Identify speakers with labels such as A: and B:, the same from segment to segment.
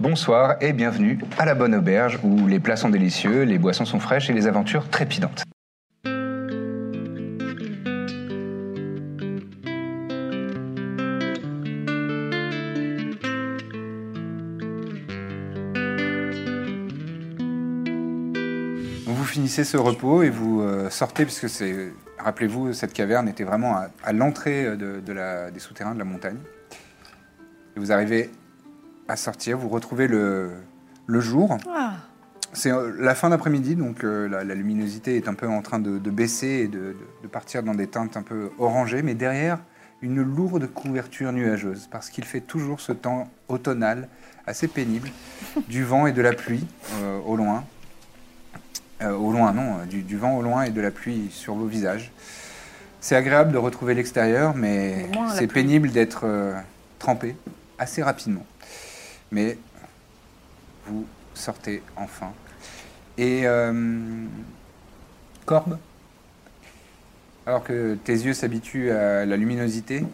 A: Bonsoir et bienvenue à la Bonne Auberge où les plats sont délicieux, les boissons sont fraîches et les aventures trépidantes. Vous finissez ce repos et vous euh, sortez, puisque c'est. Rappelez-vous, cette caverne était vraiment à, à l'entrée euh, de, de la- des souterrains de la montagne. Et vous arrivez à sortir, vous retrouvez le, le jour.
B: Ah.
A: C'est euh, la fin d'après-midi, donc euh, la, la luminosité est un peu en train de, de baisser et de, de- de partir dans des teintes un peu orangées, mais derrière, une lourde couverture nuageuse, parce qu'il fait toujours ce temps automnal, assez pénible, du vent et de la pluie euh, au loin. Euh, au loin, non, euh, du, du vent au loin et de la pluie sur vos visages. C'est agréable de retrouver l'extérieur, mais
B: Au moins, la
A: c'est
B: pluie.
A: pénible d'être euh, trempé assez rapidement. Mais vous sortez enfin. Et euh, Corbe, alors que tes yeux s'habituent à la luminosité,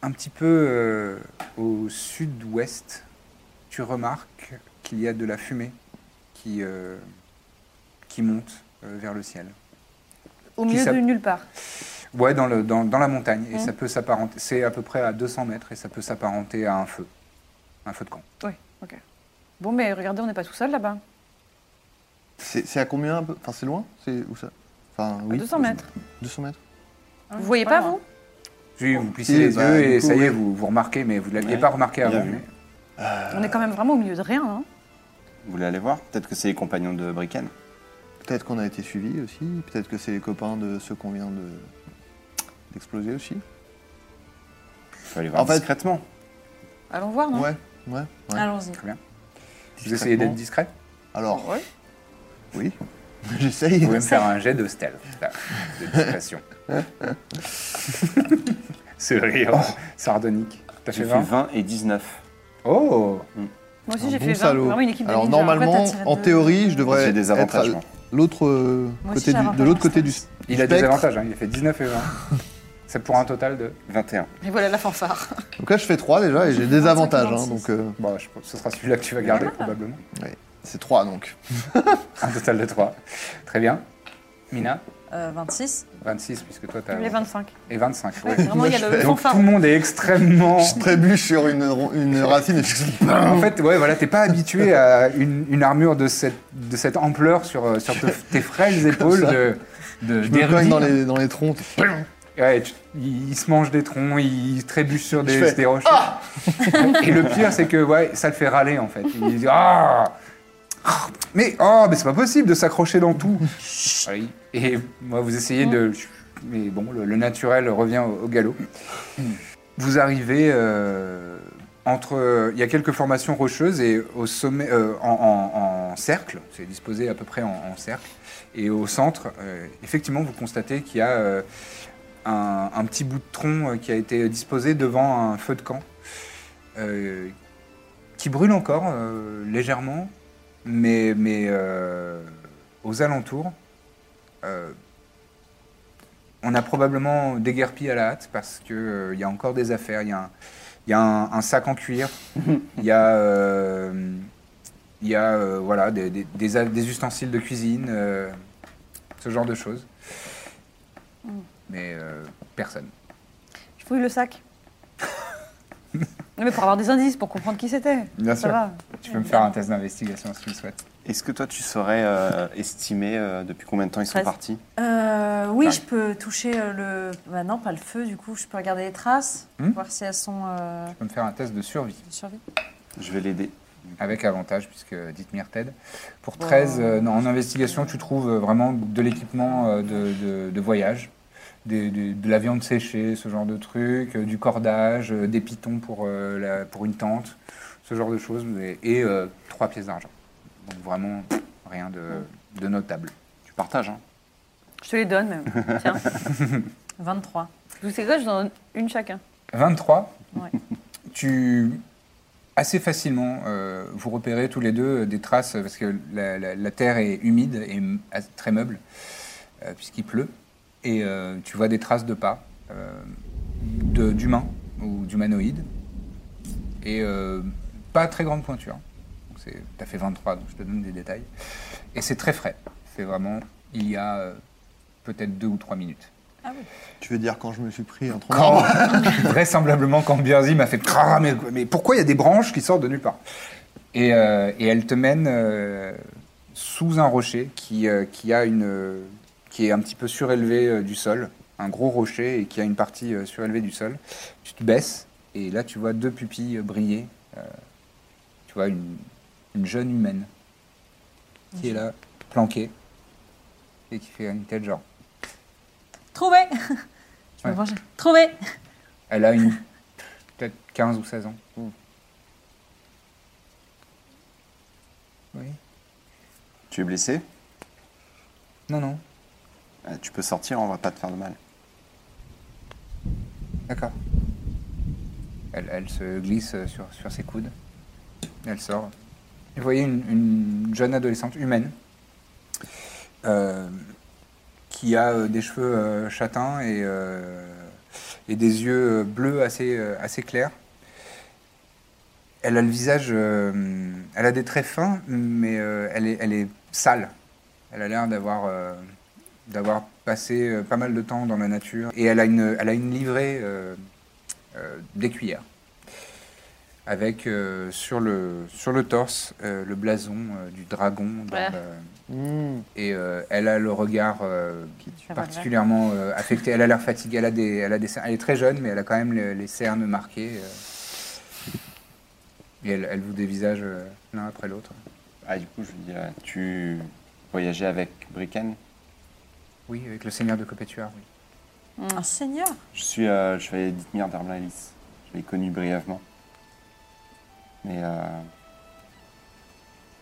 A: un petit peu euh, au sud-ouest, tu remarques qu'il y a de la fumée qui, euh, qui monte euh, vers le ciel.
B: Au
A: Qui
B: milieu
A: s'app-
B: de nulle part.
A: Ouais, dans, le, dans, dans la montagne. Et
B: Mhm.
A: ça peut s'apparenter. C'est à peu près à 200 mètres et ça peut s'apparenter à un feu. Un feu de camp.
B: Oui, ok. Bon, mais regardez, on n'est pas tout seul là-bas. hein.
C: C'est c'est à combien un peu Enfin, c'est loin C'est où ça Enfin, oui.
B: 200 mètres.
C: 200 mètres.
B: Vous voyez pas, vous
A: Puis vous plissez
C: Et
A: les
C: bah,
A: yeux
C: du
A: et
C: coup,
A: ça y est,
C: oui.
A: vous, vous remarquez, mais vous ne l'aviez
D: Ouais.
A: pas remarqué
D: Bien
A: avant.
D: vu.
A: mais-
B: On est quand même vraiment au milieu de rien. Hein
D: Vous voulez aller voir Peut-être que c'est les compagnons de Bricken.
C: Peut-être qu'on a été suivi aussi. Peut-être que c'est les copains de ceux qu'on vient de d'exploser aussi.
D: Je vais aller voir
C: En fait-
D: discrètement.
B: Allons voir, non
C: Ouais, ouais. ouais.
E: Allons-y.
A: Vous essayez d'être
C: Discrètement.
A: discret
C: Alors,
B: Oh, Ouais.
C: oui. J'essaye.
A: Vous pouvez me faire un jet de stealth, de discrétion. Ce rire
C: Oh.
A: sardonique. T'as fait
D: J'ai fait
A: 20
D: 20 et 19
A: Oh
B: Moi aussi,
C: Un
B: j'ai
C: bon
B: fait 20.
C: salaud.
B: Vraiment une équipe de
C: Alors
B: ninjas.
C: normalement,
E: Pourquoi t'as tiré
C: en
E: de-
C: théorie, je devrais
D: J'ai
C: être
D: des
C: à
D: avantages. moi.
C: l'autre euh,
E: Moi
C: côté
E: aussi, j'ai
C: du-
E: avantage
C: de l'autre
E: en
C: côté du
E: stealth.
A: Il a des
C: spectre.
A: avantages, hein, il a fait 19 et 20. C'est pour un total de.
D: 21.
E: Et voilà la fanfare.
C: Donc là, je fais 3 déjà et j'ai des avantages. hein,
E: 26.
C: donc euh,
A: Bon, Oh, je- ce sera celui-là que tu vas garder probablement.
C: c'est 3 donc.
A: Un total de 3. Très bien. Mina,
E: Euh, 26.
A: 26, puisque toi, t'as.
B: Les 25.
A: Et 25,
B: Ouais,
A: ouais.
B: vraiment, il y a le
A: Donc tout
B: fanfare.
A: le monde est extrêmement.
C: Je trébuche sur une, ro- une racine et je...
A: En fait, ouais, voilà, t'es pas habitué à une, une armure de cette, de cette ampleur sur, euh, sur te- tes frêles épaules
C: ça.
A: de, de
C: je me cogne
A: d'érudit.
C: dans les, dans les troncs.
A: Ouais, tu- il, il se mange des troncs, il trébuche sur
C: Je
A: des,
C: fais,
A: des rochers. Et le pire, c'est que ouais, ça le fait râler en fait. Il dit ah, Ah, mais oh, mais c'est pas possible de s'accrocher dans tout. Oui. Et moi, vous essayez de, mais bon, le, le naturel revient au, au galop. Vous arrivez euh, entre, il y a quelques formations rocheuses et au sommet, euh, en, en- en cercle, c'est disposé à peu près en, en cercle. Et au centre, euh, effectivement, vous constatez qu'il y a euh, un, un petit bout de tronc euh, qui a été disposé devant un feu de camp euh, qui brûle encore euh, légèrement, mais, mais euh, aux alentours, euh, on a probablement déguerpi à la hâte parce qu'il y a encore des affaires. Il y a, un, il y a un- un sac en cuir, il y a, euh, il y a euh, voilà, des, des- des a- des ustensiles de cuisine, euh, ce genre de choses. Mais euh, personne.
B: Je fouille le sac. non, mais pour avoir des indices, pour comprendre qui c'était.
A: Bien
B: Ça va.
A: Tu peux me faire un test d'investigation si tu le souhaites.
D: Est-ce que toi, tu saurais euh, estimer euh, depuis combien de temps ils sont
E: Treize.
D: partis
E: Euh, oui,
D: Ouais.
E: je peux toucher euh, le. Bah non, pas le feu, du coup, je peux regarder les traces,
A: Hmm.
E: voir si elles sont euh,
A: Tu peux me faire un test de survie.
E: de survie.
D: Je vais l'aider.
A: Avec avantage, puisque Dithmir t'aide. Pour 13, euh, non, en investigation, tu trouves euh, vraiment de l'équipement euh, de, de- de voyage, des- des- de la viande séchée, ce genre de truc, euh, du cordage, euh, des pitons pour, euh, la- pour une tente, ce genre de choses, mais- et euh, trois pièces d'argent. Donc vraiment pff, rien de, de notable. Tu partages, hein
B: Je te les donne même. Tiens.
E: 23.
B: Vous savez quoi, je vous en donne une chacun.
A: 23,
B: Ouais.
A: tu assez facilement euh, vous repérez tous les deux euh, des traces euh, parce que la, la- la terre est humide et m- as- très meuble euh, puisqu'il pleut et euh, tu vois des traces de pas euh, de- d'humains ou d'humanoïdes et euh, pas très grande pointure. Donc c'est- T'as fait 23 donc je te donne des détails et c'est très frais. C'est vraiment il y a euh, peut-être deux ou trois minutes.
C: Tu veux dire quand je me suis pris un tronc
A: Quand- Vraisemblablement, quand Birzy m'a fait Crah, mais, mais pourquoi il y a des branches qui sortent de nulle part et, euh, et elle te mène euh, sous un rocher qui, euh, qui, a une, euh, qui est un petit peu surélevé euh, du sol, un gros rocher et qui a une partie euh, surélevée du sol. Tu te baisses et là tu vois deux pupilles euh, briller. euh, tu vois une, une jeune humaine qui est là, planquée, et qui fait une tête genre.
E: Trouvé Je
A: Ouais.
E: me venge. Trouvé
A: Elle a une peut-être 15 ou 16 ans. Oui.
D: Tu es blessé
A: Non, non.
D: Euh, Tu peux sortir, on va pas te faire de mal.
A: D'accord. Elle, elle se glisse euh, sur, sur ses coudes. Elle sort. Vous voyez une, une jeune adolescente humaine euh, qui a euh, des cheveux euh, châtains et, euh, et des yeux euh, bleus assez, euh, assez clairs. Elle a le visage, euh, elle a des traits fins, mais euh, elle, est, elle est sale. Elle a l'air d'avoir euh, d'avoir passé euh, pas mal de temps dans la nature et elle a une, elle a une livrée euh, euh, des cuillères avec euh, sur, le, sur le torse euh, le blason euh, du dragon dans
B: Ouais.
A: le-
C: Mmh.
A: et euh, elle a le regard euh,
E: Ça va,
A: particulièrement euh, affecté. Elle a l'air fatiguée, elle, a des, elle, a des, cernes- elle est très jeune mais elle a quand même les, les cernes marquées euh. et elle, elle vous dévisage euh, l'un après l'autre.
D: Ah, du coup, je lui dis, euh, tu voyageais avec Bricken
A: Oui, avec le seigneur de Copétua, oui.
B: Mm.
E: Un seigneur
D: Je suis euh, chevalier d'Ithmir d'Herblalis. Je l'ai connu brièvement. Mais euh,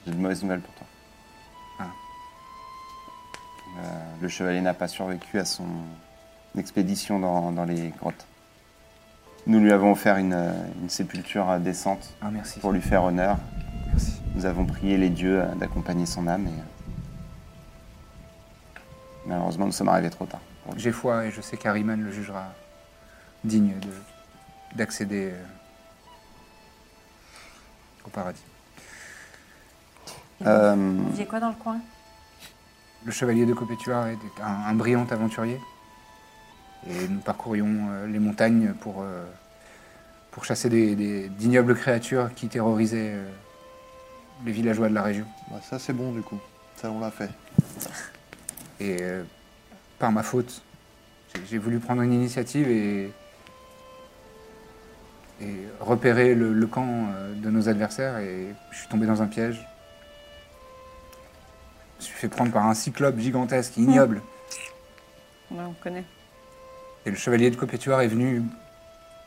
D: j'ai de mauvaises nouvelles pour toi. Hein.
A: Ah.
D: Euh, le chevalier n'a pas survécu à son expédition dans, dans les grottes. Nous lui avons offert une, euh, une sépulture euh, décente
A: Ah, merci.
D: pour lui faire honneur.
A: Merci.
D: Nous avons prié les dieux euh, d'accompagner son âme et euh, malheureusement nous sommes arrivés trop tard. pour lui.
A: J'ai foi et je sais qu'Ariman le jugera digne de- d'accéder euh, au paradis.
D: Euh,
E: Vous viviez quoi dans le coin
A: Le chevalier de Copétua était un, un brillant aventurier et nous parcourions euh, les montagnes pour, euh, pour chasser des- des- d'ignobles créatures qui terrorisaient euh, les villageois de la région.
C: Bah, ça c'est bon du coup. Ça on l'a fait.
A: Et euh, par ma faute, j'ai- j'ai voulu prendre une initiative et, et repérer le, le camp euh, de nos adversaires et je suis tombé dans un piège. Je me suis fait prendre par un cyclope gigantesque, ignoble.
B: Ouais, on connaît.
A: Et le chevalier de Copétuar est venu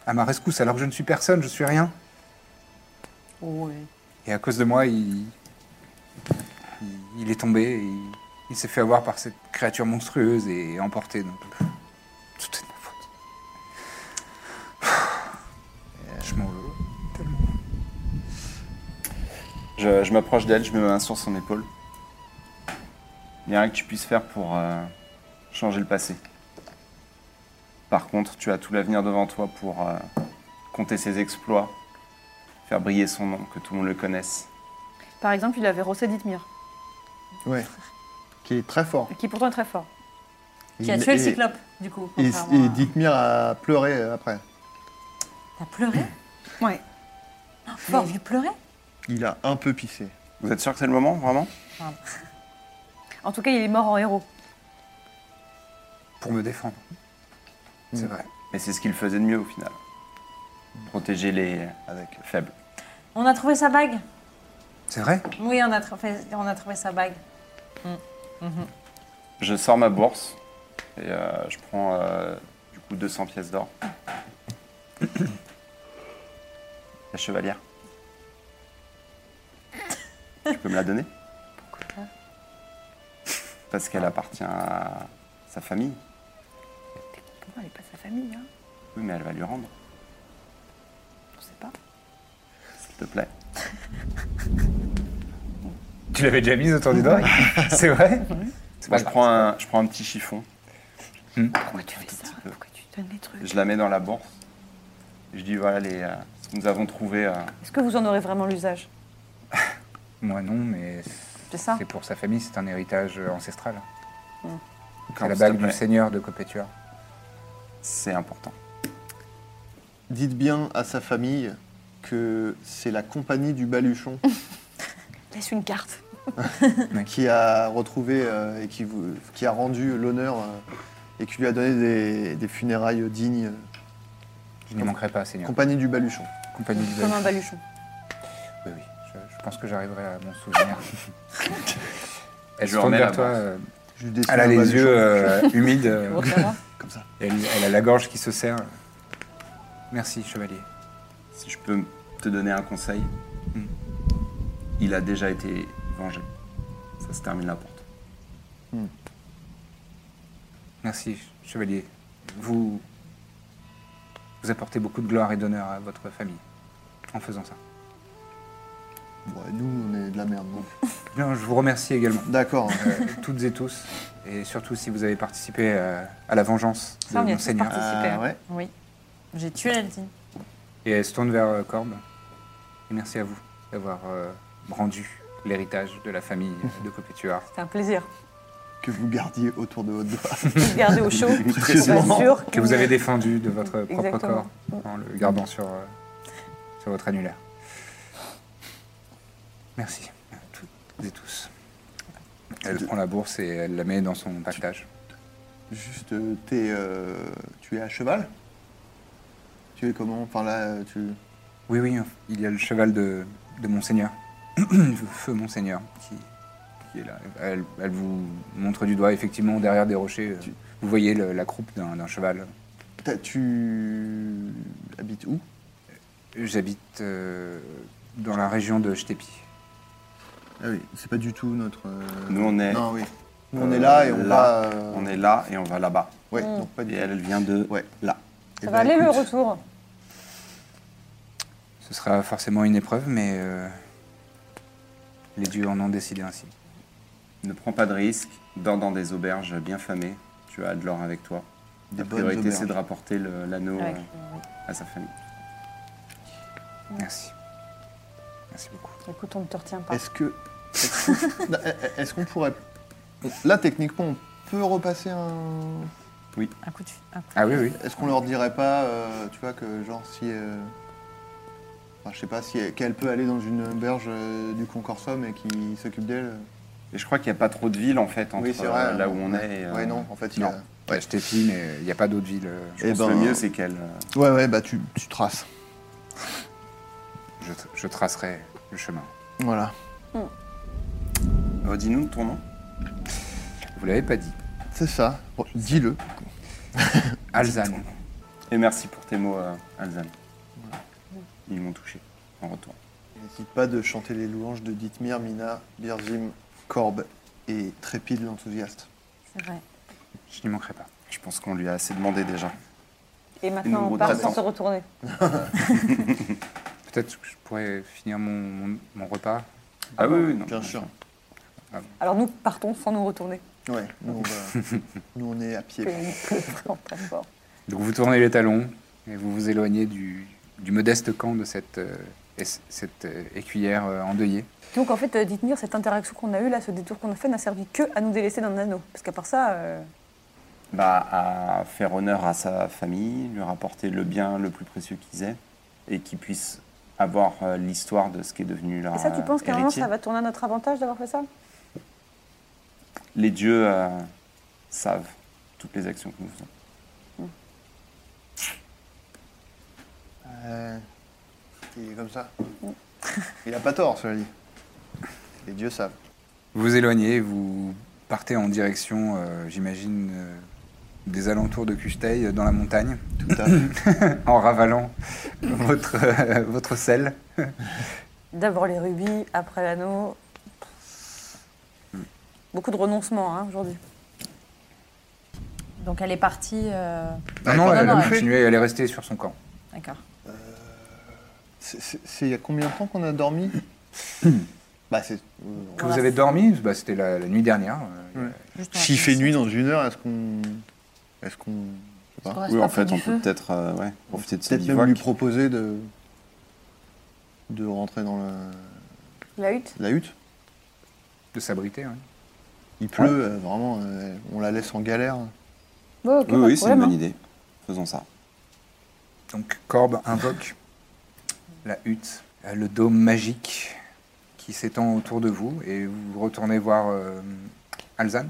A: à ma rescousse alors que je ne suis personne, je suis rien.
E: Oui.
A: Et à cause de moi, il, il, il est tombé, et il, il s'est fait avoir par cette créature monstrueuse et emporté. Donc, pff, tout est de ma faute. Je m'en veux.
D: Je, je m'approche d'elle, je mets ma main sur son épaule. Il n'y a rien que tu puisses faire pour euh, changer le passé. Par contre, tu as tout l'avenir devant toi pour euh, compter ses exploits, faire briller son nom, que tout le monde le connaisse.
B: Par exemple, il avait Rossé d'Itmir,
C: Ouais. Qui est très fort.
B: qui pourtant est très fort.
E: Qui a
C: Il-
E: tué le
C: et-
E: cyclope, du coup.
C: Et,
E: contrairement
C: et
E: à-
C: Dithmir a pleuré euh, après.
E: T'as pleuré Ah,
B: Ouais.
E: Fort. J'ai vu pleurer
C: Il a un peu pissé.
D: Vous êtes sûr que c'est le moment, vraiment
B: En tout cas, il est mort en héros.
A: Pour me défendre. C'est vrai.
D: Mais c'est ce qu'il faisait de mieux au final. Protéger les avec faibles.
E: On a trouvé sa bague
A: C'est vrai
E: Oui, on a, trouvé, on a trouvé sa bague.
D: Je sors ma bourse Et euh, je prends euh, du coup 200 pièces d'or. la chevalière. Tu peux me la donner Parce qu'elle appartient à sa famille.
B: Comment elle est pas sa famille, hein
D: Oui, mais elle va lui rendre,
B: On sait pas.
D: s'il te plaît.
A: Tu l'avais déjà mise autour du doigt C'est vrai C'est
D: Moi,
A: pas
D: je
A: grave.
D: prends un, je prends un petit chiffon,
B: Pourquoi tu fais ça Pourquoi tu donnes des trucs
D: je la mets dans la bourse. Je dis voilà les, euh, ce que nous avons trouvé. euh,
B: Est-ce que vous en aurez vraiment l'usage
A: Moi non, mais
B: C'est ça
A: c'est pour sa famille, c'est un héritage euh, ancestral. C'est
D: quand,
A: la
D: s'il te
A: bague
D: plaît.
A: du seigneur de Copétua.
D: C'est important.
C: Dites bien à sa famille que c'est la compagnie du baluchon
B: Laisse une carte.
C: qui a retrouvé euh, et qui, vous- qui a rendu l'honneur euh, et qui lui a donné des, des funérailles dignes. euh,
A: Je n'y manquerai pas, seigneur.
C: compagnie du baluchon.
A: Compagnie du
B: Comme
A: Baluchon.
B: un baluchon.
A: Oui, oui, je, je pense que j'arriverai à mon souvenir. Elle se
D: Je lui
A: tourne
D: remets
A: vers
D: la
A: toi.
D: bourse.
A: euh,
C: Je lui dessine
A: elle a
C: un
A: les
C: baluchon.
A: yeux euh, humides.
B: Tu
A: euh,
B: vois, ça va
C: Comme ça.
A: elle, elle a la gorge qui se serre. Merci, chevalier.
D: Si je peux te donner un conseil,
C: Hmm.
D: il a déjà été vengé. Ça se termine la porte.
A: Merci, chevalier. Vous, vous apportez beaucoup de gloire et d'honneur à votre famille en faisant ça.
C: Ouais, nous, on est de la merde. donc.
A: Non, je vous remercie également,
C: D'accord.
A: euh, toutes et tous, et surtout si vous avez participé euh, à la vengeance
B: Ça, on
A: de
B: y a
A: mon
B: tous
A: seigneur.
B: participé.
C: Ah, ouais.
E: Oui. J'ai tué Eldin.
A: Et elle se tourne vers euh, Corbe. Et merci à vous d'avoir euh, rendu l'héritage de la famille euh, de Copétuard.
B: C'était un plaisir.
C: Que vous gardiez autour de votre doigt.
B: Garder au chaud, pour être
C: Précieusement.
B: sûr
A: que vous avez défendu de votre propre
B: Exactement.
A: corps en le gardant sur, euh, sur votre annulaire. Merci à toutes et tous. Elle prend la bourse et elle la met dans son pactage.
C: Juste, euh, t'es, euh, tu es à cheval Tu es comment Enfin là, euh, tu.
A: Oui, oui, il y a le cheval de, de Monseigneur, Le feu Monseigneur, qui, qui est là. Elle, elle vous montre du doigt, effectivement, derrière des rochers. euh, Vous voyez le- la croupe d'un d'un cheval.
C: t'as- tu habites où
A: J'habite euh, dans la région de Stepi.
C: Ah oui, c'est pas du tout notre. euh,
D: Nous, on est-
C: Non, oui. Nous, on
D: Euh,
C: est là et on
D: là,
C: va. euh,
D: On est là et on va là-bas.
C: Ouais, donc pas
D: Et
C: du
D: elle, elle vient de
C: Ouais.
D: là.
B: Mm. Ça va aller le
C: retour
B: retour.
A: Ce sera forcément une épreuve, mais euh, les dieux en ont décidé ainsi.
D: Ne prends pas de risques, dors dans des auberges bien famées. Tu as de l'or avec toi.
C: Des
D: La
C: bonnes
D: priorité,
C: auberges.
D: c'est de rapporter le- l'anneau
B: Avec-
D: euh, à sa famille.
A: Merci. Merci beaucoup.
B: Écoute, on ne te retient pas.
C: Est-ce que. Non, est- Est-ce qu'on pourrait. Là, techniquement, on peut repasser un.
E: Un coup de fil. un coup
A: Ah oui, oui.
C: Est-ce qu'on leur dirait pas, euh, tu vois, que genre si. euh, enfin, je sais pas, si qu'elle peut aller dans une berge euh, du concorsum et qui s'occupe d'elle euh,
D: Et je crois qu'il n'y a pas trop de villes, en fait, entre euh, là où on est. et, euh,
C: Ouais, non, en fait, il y
A: non.
C: a-
A: Ouais, je t'épie, mais il n'y a pas d'autre ville. euh,
D: Je
C: Eh
D: pense
C: ben,
D: que le mieux, c'est qu'elle. euh,
C: Ouais, ouais, bah tu, tu traces.
A: Je, je tracerai le chemin.
C: Voilà.
D: Redis-nous ton nom.
A: Vous l'avez pas dit.
C: C'est ça. Bon, Dis-le.
A: Alzane.
D: Et merci pour tes mots, euh, Alzan. Ils m'ont touché en retour.
C: N'hésite pas de chanter les louanges de Dithmir, Mina, Birzim, Corbe et Trépide l'enthousiaste.
E: de- C'est vrai.
A: Je n'y manquerai pas.
D: Je pense qu'on lui a assez demandé déjà.
B: Et
D: nous
B: maintenant, on part sans
D: retraçons.
B: se retourner.
A: Peut-être que je pourrais finir mon, mon- mon repas.
D: Ah, oui, oui, non.
C: Bien sûr.
B: Alors nous partons sans nous retourner.
C: Ouais, nous on, va- nous, on est à pied.
B: Il pleut vraiment très fort.
A: Donc vous tournez les talons et vous vous éloignez du, du modeste camp de cette, euh, es- cette euh, écuyère euh, endeillée.
B: Donc en fait, euh, dites-moi, cette interaction qu'on a eue là, ce détour qu'on a fait, n'a servi que à nous délaisser d'un anneau. Parce qu'à part ça, euh,
D: Bah, à faire honneur à sa famille, lui rapporter le bien le plus précieux qu'ils aient et qu'ils puissent avoir euh, l'histoire de ce qui est devenu leur
B: et ça, tu
D: euh,
B: penses qu'à un moment,
D: héritier.
B: ça va tourner à notre avantage d'avoir fait ça
D: Les dieux euh, savent toutes les actions que nous faisons.
C: Euh, il est comme ça. Il a pas tort, cela dit. Les dieux savent.
A: Vous vous éloignez, vous partez en direction, euh, j'imagine, euh, des alentours de Custeil, euh, dans la montagne,
C: Tout à fait.
A: en ravalant votre, euh, votre sel.
B: D'abord les rubis, après l'anneau. Beaucoup de renoncements hein, aujourd'hui.
E: Donc elle est partie. euh,
A: Non, non, elle,
E: non,
A: a
E: elle-
A: continué, elle est restée sur son camp.
E: D'accord.
C: C'est- C'est c'est il y a combien de temps qu'on a dormi Bah c'est. euh,
A: Que
E: On
A: vous
E: a-
A: avez dormi, bah, c'était la, la nuit dernière. euh,
C: Ouais.
E: Juste en
C: S'il fait
E: attendant.
C: nuit dans une heure, est-ce qu'on. Est-ce qu'on. Je sais pas.
E: Qu'on reste
D: Oui,
E: pas
D: en
E: près
D: fait,
E: du
D: on peut
E: feu.
D: peut-être euh, ouais, profiter de ce
C: Peut-être même lui
D: bivouac.
C: proposer de. de rentrer dans la,
B: La hutte
C: la hutte.
A: De s'abriter, hein. ouais.
C: Il pleut, euh, vraiment, euh, on la laisse en galère.
B: Ouais, ok,
D: Oui,
B: pas de
D: oui, c'est une
B: problème,
D: bonne
B: hein.
D: idée. Faisons ça.
A: Donc Corbe invoque la hutte, euh, le dôme magique qui s'étend autour de vous et vous retournez voir euh, Alzan,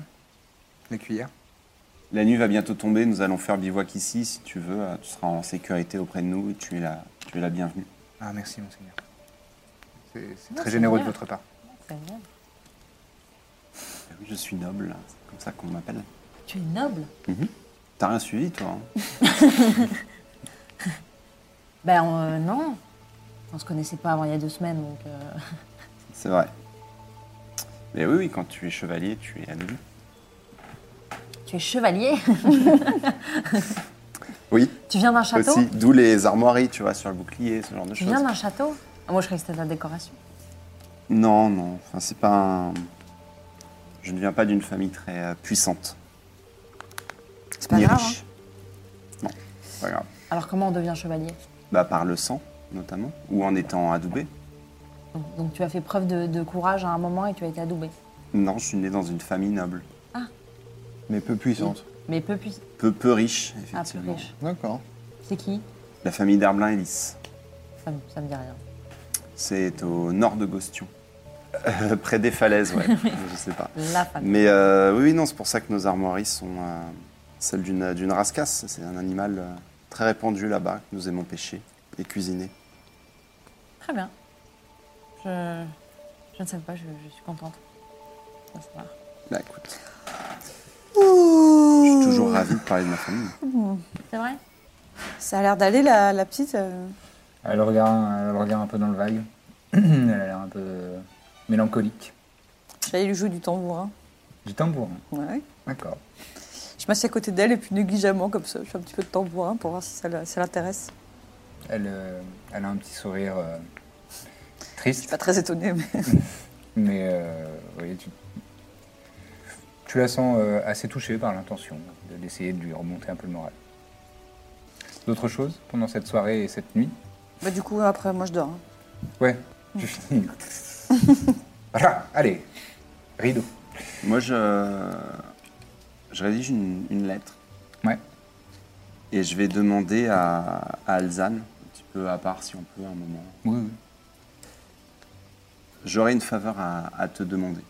A: l'écuyère.
D: La nuit va bientôt tomber, nous allons faire bivouac ici. Si tu veux, euh, tu seras en sécurité auprès de nous et tu es la, tu es la bienvenue.
A: Ah merci monseigneur. C'est c'est
E: Non,
A: très
E: c'est
A: généreux de
E: bien.
A: votre part.
E: C'est bien.
D: Ah oui, Je suis noble, c'est comme ça qu'on m'appelle.
E: Tu es noble.
D: T'as rien suivi, toi hein
E: Ben euh, non. On se connaissait pas avant il y a deux semaines, donc. euh,
D: C'est vrai. Mais oui, oui, quand tu es chevalier, tu es anobli.
E: Tu es chevalier.
D: Oui,
E: tu viens d'un château.
D: aussi. D'où les armoiries, tu vois, sur le bouclier, ce genre de
E: Tu
D: choses.
E: viens d'un château. Ah, Moi, je croyais que c'était de la décoration.
D: Non, non, enfin, c'est pas un... Je ne viens pas d'une famille très euh, puissante.
E: C'est pas
D: ni
E: grave.
D: riche.
E: hein.
D: Non, c'est pas grave.
E: Alors comment on devient chevalier
D: Bah, par le sang, notamment, ou en étant adoubé.
E: donc, donc, tu as fait preuve de, de courage à un moment et tu as été adoubé.
D: Non, je suis né dans une famille noble.
C: Mais peu puissante.
E: Mais peu puissant.
D: Peu, peu riche,
E: Ah, peu
D: effectivement.
E: riche.
C: D'accord.
E: C'est qui
D: La famille d'Arblin et Lys.
E: ça, me- ça me dit rien.
D: C'est au nord de Gostion. Euh, près des falaises, ouais. je sais pas.
E: La famille.
D: Mais euh, oui, oui, non, c'est pour ça que nos armoiries sont euh, celles d'une d'une rascasse. C'est un animal euh, très répandu là-bas que nous aimons pêcher et cuisiner.
E: Très bien. Je, je ne savais pas, je, je suis contente. Ça, ça va.
D: Bah écoute. Je suis toujours ravi de parler de ma famille.
E: C'est vrai
B: Ça a l'air d'aller la, la petite. euh.
A: Elle regarde, elle regarde un peu dans le vague. elle a l'air un peu mélancolique.
B: J'allais lui jouer du tambour. hein.
A: Du tambour.
B: Ouais.
A: D'accord.
B: Je m'assieds à côté d'elle et puis négligemment comme ça, je fais un petit peu de tambourin pour voir si ça la- ça l'intéresse.
A: Elle, euh, elle a un petit sourire euh,
B: Je
A: triste,
B: suis pas très étonnée, mais
A: mais euh, oui, tu, tu la sens euh, assez touchée par l'intention de- d'essayer de lui remonter un peu le moral. D'autres choses pendant cette soirée et cette nuit
B: bah, du coup après moi je dors. hein.
A: Ouais, tu finis. voilà, allez, rideau.
D: Moi, je, je rédige une, une lettre
A: Ouais,
D: et je vais demander à, à Alzane, un petit peu à part si on peut un moment.
A: oui, oui,
D: J'aurais une faveur à- à te demander.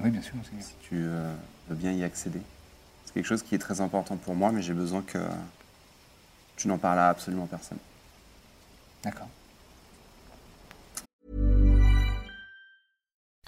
A: oui bien sûr, monseigneur.
D: si tu euh, veux bien y accéder. C'est quelque chose qui est très important pour moi, mais j'ai besoin que tu n'en parles à absolument personne.
A: D'accord.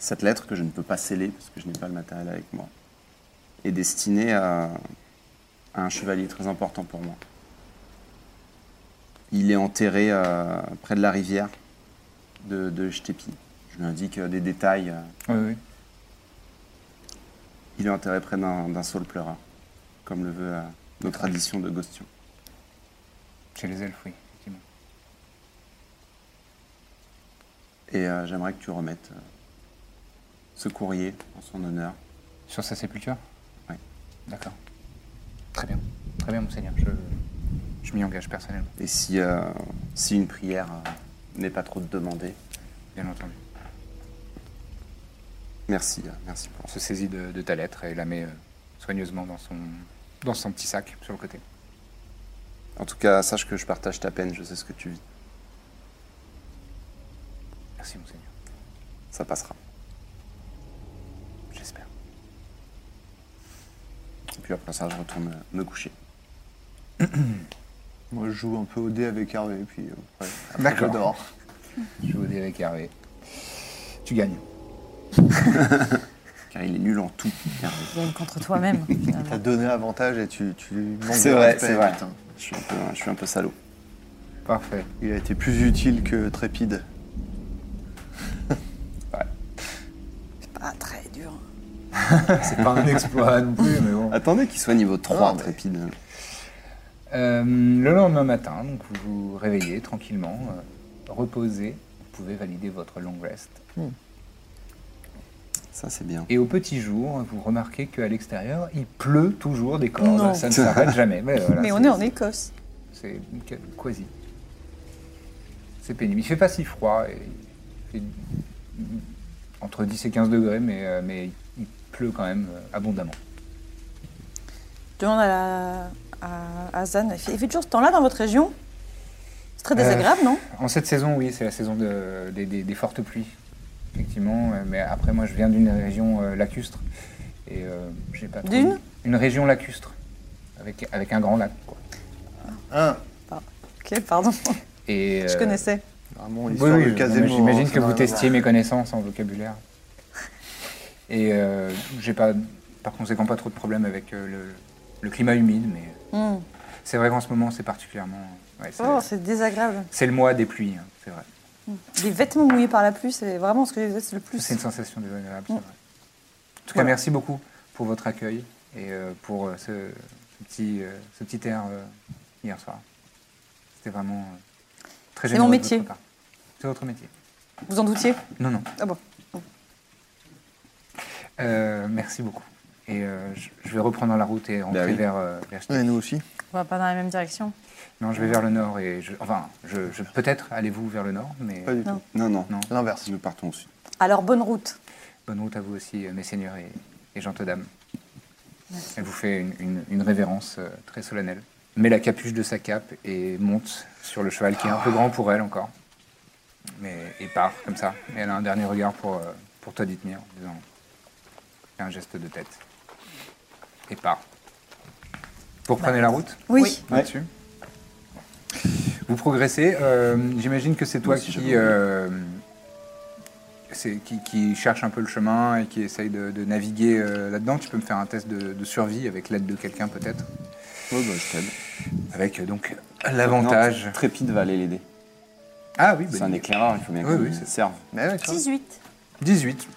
D: Cette lettre que je ne peux pas sceller parce que je n'ai pas le matériel avec moi est destinée à, à un chevalier très important pour moi. Il est enterré euh, près de la rivière de, de Jtepi. Je lui indique euh, des détails. euh,
A: Oui, oui.
D: Il est enterré près d'un d'un saule pleureur, comme le veut euh, nos traditions de Gostion.
A: Chez les elfes, oui, effectivement.
D: Et euh, j'aimerais que tu remettes euh, ce courrier en son honneur.
A: Sur sa sépulture
D: Ouais.
A: D'accord. Très bien. Très bien, monseigneur. Je, je m'y engage personnellement,
D: Et si, euh, si une prière euh, n'est pas trop demandée,
A: bien entendu.
D: merci, euh, merci pour
A: se saisit de, de ta lettre et la met euh, soigneusement dans son, dans son petit sac sur le côté.
D: En tout cas, sache que je partage ta peine, je sais ce que tu vis.
A: Merci, monseigneur.
D: Ça passera.
A: J'espère.
D: Et puis après ça, je retourne euh, me coucher.
C: Moi, je joue un peu au dé avec Hervé, puis euh, ouais, après,
A: D'accord.
C: je dors.
A: Je vous dirai Hervé. Tu gagnes.
D: Car il est nul en tout.
E: Gagne contre toi-même.
C: T'as
E: finalement.
C: donné avantage et tu, tu lui manques
D: C'est
C: de
D: vrai,
C: respect,
D: c'est vrai.
C: putain.
D: Je suis, un peu, je suis un peu salaud.
A: Parfait.
C: Il a été plus utile que Trépide.
E: Pas très dur.
A: C'est pas un exploit non plus, mais bon.
D: Attendez qu'il soit niveau 3,
C: mais-
D: trépide.
A: Euh, le lendemain matin, donc vous vous réveillez tranquillement, euh, reposé. Vous pouvez valider votre long rest.
D: Ça, c'est bien.
A: Et au petit jour, vous remarquez qu'à l'extérieur, il pleut toujours des cordes.
E: Non.
A: Ça ne s'arrête jamais. Mais,
D: Bah,
A: voilà,
E: Mais on
A: c'est-
E: est en Écosse.
A: C'est qu- quasi. C'est pénible. Il fait pas si froid. et il fait entre 10 et 15 degrés, mais, euh, mais il pleut quand même euh, abondamment.
E: Je demande à, la, à, à Zan, il fait, il fait toujours ce temps-là dans votre région C'est très
A: Euh,
E: désagréable, non
A: En cette saison, oui, c'est la saison de- des, des- des fortes pluies, effectivement. euh, Mais après, moi, je viens d'une région euh, lacustre. Et euh, j'ai pas trop-
E: D'une
A: Une région lacustre, avec, avec un grand lac. quoi.
C: Hein
E: Ok, pardon,
A: Et,
E: je
A: euh,
E: connaissais.
C: Vraiment,
A: Oui,
C: histoire
A: oui,
C: Ah de
A: non,
C: caser
A: mais
C: le mot, hein,
A: J'imagine
C: ça
A: que
C: n'a
A: vous
C: rien à
A: testiez mes connaissances en vocabulaire. Et euh, j'ai pas, par conséquent, pas trop de problèmes avec euh, le, le climat humide, mais
E: Hmm.
A: c'est vrai qu'en ce moment, c'est particulièrement. ouais, c'est,
E: Oh, c'est désagréable.
A: c'est le mois des pluies, hein, c'est vrai.
E: Les vêtements mouillés par la pluie, c'est vraiment ce que je déteste le plus.
A: C'est une sensation désagréable, c'est
E: Mm.
A: vrai. En tout cas,
E: Voilà.
A: merci beaucoup pour votre accueil et euh, pour euh, ce, ce petit, euh, ce petit air euh, hier soir. C'était vraiment euh, très
E: C'est
A: génial.
E: mon métier.
A: C'est votre métier.
E: Vous en doutiez
A: Non, non.
E: Ah bon.
A: Euh, merci beaucoup. Et euh, je, je vais reprendre la route et rentrer
D: Bah oui.
A: vers, euh, vers-
C: voir. Ouais, nous aussi.
E: On va pas dans la même direction.
A: Non, je vais vers le nord et je... enfin, je, je- peut-être allez-vous vers le nord, mais
C: Pas du
E: Non.
C: tout.
D: Non, non.
A: Non.
C: L'inverse.
D: Nous partons au sud.
E: Alors, bonne route.
A: bonne route à vous aussi, euh, mes seigneurs et, et gentes dames. Elle vous fait une, une- une révérence euh, très solennelle. Met la capuche de sa cape et monte sur le cheval qui est un peu grand pour elle encore, mais et part comme ça. Et elle a un dernier regard pour euh, pour toi, Dithmir, en disant un geste de tête et part. Vous reprenez la route.
E: Oui.
A: là-dessus. Vous progressez. euh, J'imagine que c'est toi qui,
D: si j'avais
A: euh, c'est- qui, qui cherche un peu le chemin et qui essaye de, de naviguer euh, là-dedans. Tu peux me faire un test de, de survie avec l'aide de quelqu'un peut-être.
D: Oh, bah, je t'aide.
A: Avec euh, donc
D: Non,
A: l'avantage.
D: Trépide va aller l'aider.
A: Ah oui,
D: C'est
A: bonne
D: un
A: idée.
D: éclaireur, il faut bien
A: Oui,
D: qu'on
A: oui.
D: se serve.
C: Mais ouais, tu vois.
E: 18.
A: 18.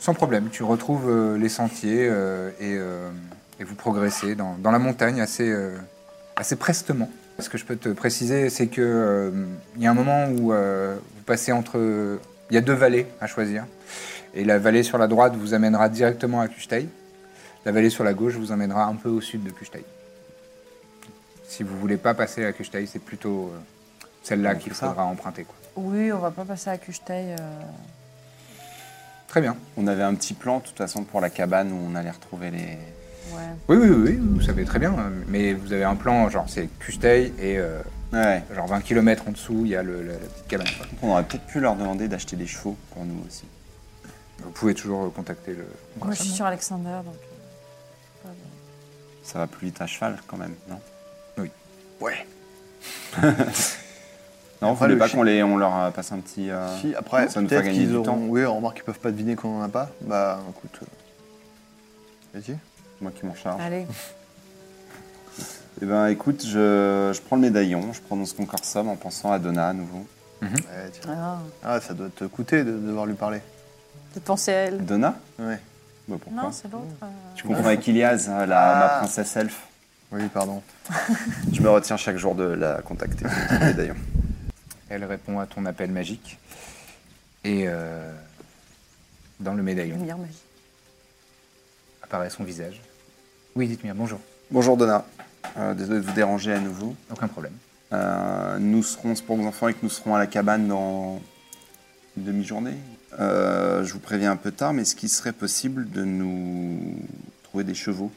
A: Sans problème, tu retrouves euh, les sentiers euh, et, euh, et vous progressez dans, dans la montagne assez, euh, assez prestement. Ce que je peux te préciser, c'est qu'il il y a un moment où euh, vous passez entre... Il y a deux vallées à choisir. Et la vallée sur la droite vous amènera directement à Custeil. La vallée sur la gauche vous amènera un peu au sud de Custeil. Si vous voulez pas passer à Custeil, c'est plutôt euh, celle-là
D: On
A: qu'il
D: fait ça.
A: faudra emprunter. quoi.
E: Oui, on va pas passer à euh, Cucheteil.
A: Très bien.
D: On avait un petit plan, de toute façon, pour la cabane où on allait retrouver les.
E: Ouais.
A: Oui, oui, oui, oui, vous savez très bien, hein, mais vous avez un plan, genre c'est Custeil et euh,
D: Ouais.
A: genre 20 km en dessous, il y a le- la, la petite cabane. quoi.
D: On aurait peut-être pu leur demander d'acheter des chevaux pour nous aussi.
A: Vous pouvez toujours euh, contacter le.
E: Moi, je suis sur Alexander, donc. euh,
D: Ça va plus vite à cheval quand même, non
A: Oui.
D: Ouais. non, vous
C: Après,
D: voulez
C: le
D: pas
C: chi-
D: qu'on les, on leur euh, passe un petit. euh,
C: Si, après,
D: ça nous fait
C: peut-être
D: gagner
C: qu'ils
D: du temps.
C: auront. Oui, on remarque qu'ils peuvent pas deviner qu'on en a pas. Bah, écoute. euh, Vas-y.
D: Moi qui m'en charge.
E: Allez.
D: Eh ben, écoute, je, je prends le médaillon, je prononce Concord Somme en pensant à Donna à nouveau.
C: Ouais, tiens.
E: Ah.
C: Ah, ça doit te coûter de devoir lui parler.
E: Peut-être penser à elle.
D: Donna
C: Ouais.
D: Bah, pourquoi
E: Non, c'est l'autre. euh.
D: Je confonds avec Ilias, euh, la, ma
C: Ah.
D: princesse elfe.
C: Oui, pardon.
D: Je me retiens chaque jour de la contacter, le médaillon.
A: Elle répond à ton appel magique et euh, dans le médaillon
E: Lumière magique.
A: apparaît son visage. Oui, dites-moi, bonjour,
D: Bonjour Donna, Euh, désolé de vous déranger à nouveau.
A: aucun problème.
D: Euh, nous serons, c'est pour vos enfants, et que nous serons à la cabane dans une demi-journée. Euh, je vous préviens un peu tard, mais est-ce qu'il serait possible de nous trouver des chevaux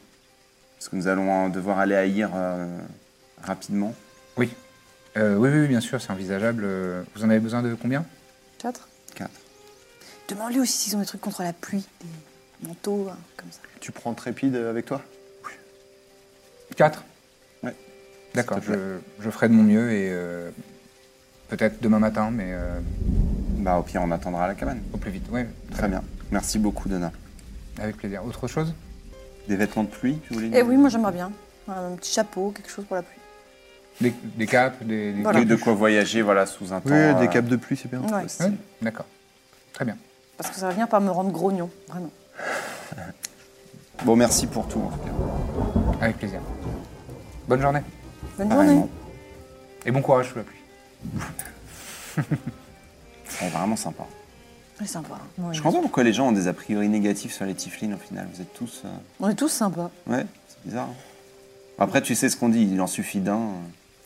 D: Parce que nous allons euh, devoir aller haïr euh, rapidement.
A: Oui. Euh, oui, oui, oui, bien sûr, c'est envisageable. Euh, Vous en avez besoin de combien
B: 4
D: Quatre.
B: Demande-lui aussi s'ils ont des trucs contre la pluie, des manteaux, hein, comme ça.
C: Tu prends Trépide avec toi
A: 4
D: Ouais.
A: D'accord,
D: S'il te
A: je, je ferai de mon mieux et euh, peut-être demain matin, mais euh,
D: Bah, au pire, on attendra à la cabane.
A: au plus vite. Oui,
D: Très bien. Merci beaucoup, Donna.
A: Avec plaisir. Autre chose
D: Des vêtements de pluie, tu voulais
B: Et
D: dire
B: Eh oui, moi j'aimerais bien. Un petit chapeau, quelque chose pour la pluie.
A: des, des capes, des. des-
B: Voilà.
D: Oui, de quoi voyager, voilà, sous un temps.
C: Oui, des
D: euh,
C: capes de pluie, c'est bien.
B: Ouais.
A: Ouais, D'accord. Très bien.
B: Parce que ça va venir par me rendre grognon, vraiment.
D: Bon, merci pour tout, en tout cas.
A: Avec plaisir. Bonne journée.
B: Bonne journée.
D: Pareillement.
A: Et bon courage sous la pluie.
D: Elle est vraiment sympa.
B: C'est sympa.
D: Je comprends pas pourquoi les gens ont des a priori négatifs sur les Tiflins, au final. Vous êtes tous... euh,
B: On est tous sympas.
D: Ouais, c'est bizarre. hein. Après, tu sais ce qu'on dit, il en suffit d'un. euh,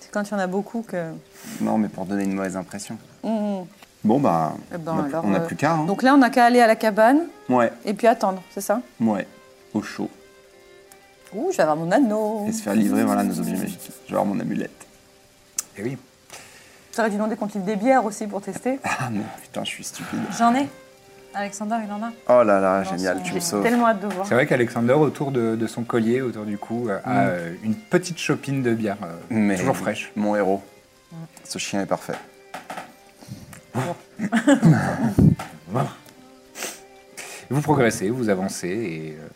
B: C'est quand il y en a beaucoup que.
D: Non, mais pour donner une mauvaise impression.
B: Hum, hum.
D: Bon, bah,
B: Eh ben,
D: on a plus-
B: alors,
D: on n'a
B: euh,
D: plus qu'à. Hein.
B: Donc là, on n'a qu'à aller à la cabane
D: Ouais,
B: et puis attendre, c'est ça
D: ouais, au chaud.
B: Ouh, je vais avoir mon anneau.
D: Et se faire livrer, voilà, nos
B: Mmh.
D: objets magiques. Je vais avoir mon amulette.
A: Et oui.
B: J'aurais dû demander qu'on te livre des bières aussi pour tester.
D: Ah non, putain, je suis stupide.
E: J'en ai. Alexander, il en a.
D: Oh là là, génial, tu me
B: J'ai
D: sauves.
B: tellement hâte de voir.
A: C'est vrai qu'Alexander, autour de, de son collier, autour du cou, euh, a euh, une petite chopine de bière. euh,
D: Mm. Mais-
A: Toujours fraîche.
D: Mon héros. Ce chien est parfait.
A: Vous progressez, vous avancez et euh,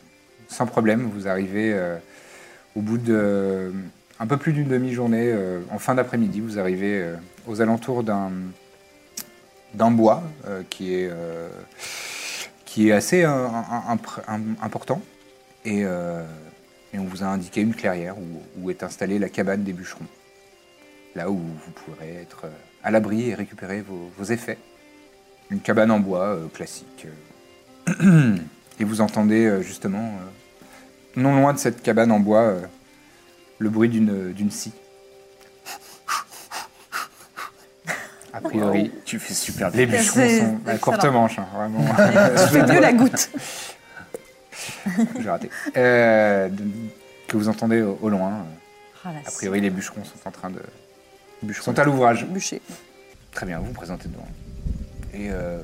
A: sans problème, vous arrivez euh, au bout de euh, un peu plus d'une demi-journée, euh, en fin d'après-midi, vous arrivez euh, aux alentours d'un d'un bois euh, qui est euh, qui est assez euh, un- un- impr- un- important et, euh, et on vous a indiqué une clairière où, où est installée la cabane des bûcherons. Là où vous pourrez être euh, à l'abri et récupérer vos, vos effets. Une cabane en bois euh, classique. euh, et vous entendez euh, justement, euh, non loin de cette cabane en bois, euh, le bruit d'une d'une scie. A priori,
D: Tu fais super bien.
A: les bûcherons
B: C'est
A: sont à
B: excellent.
A: courte manche, hein, vraiment.
B: C'est mieux la goutte.
A: J'ai raté. Euh, de- que vous entendez au, au loin.
E: Ah, la
A: A priori, les bûcherons sont en train de. sont à l'ouvrage.
B: Bûcher.
A: Très bien, vous vous présentez devant. Et euh,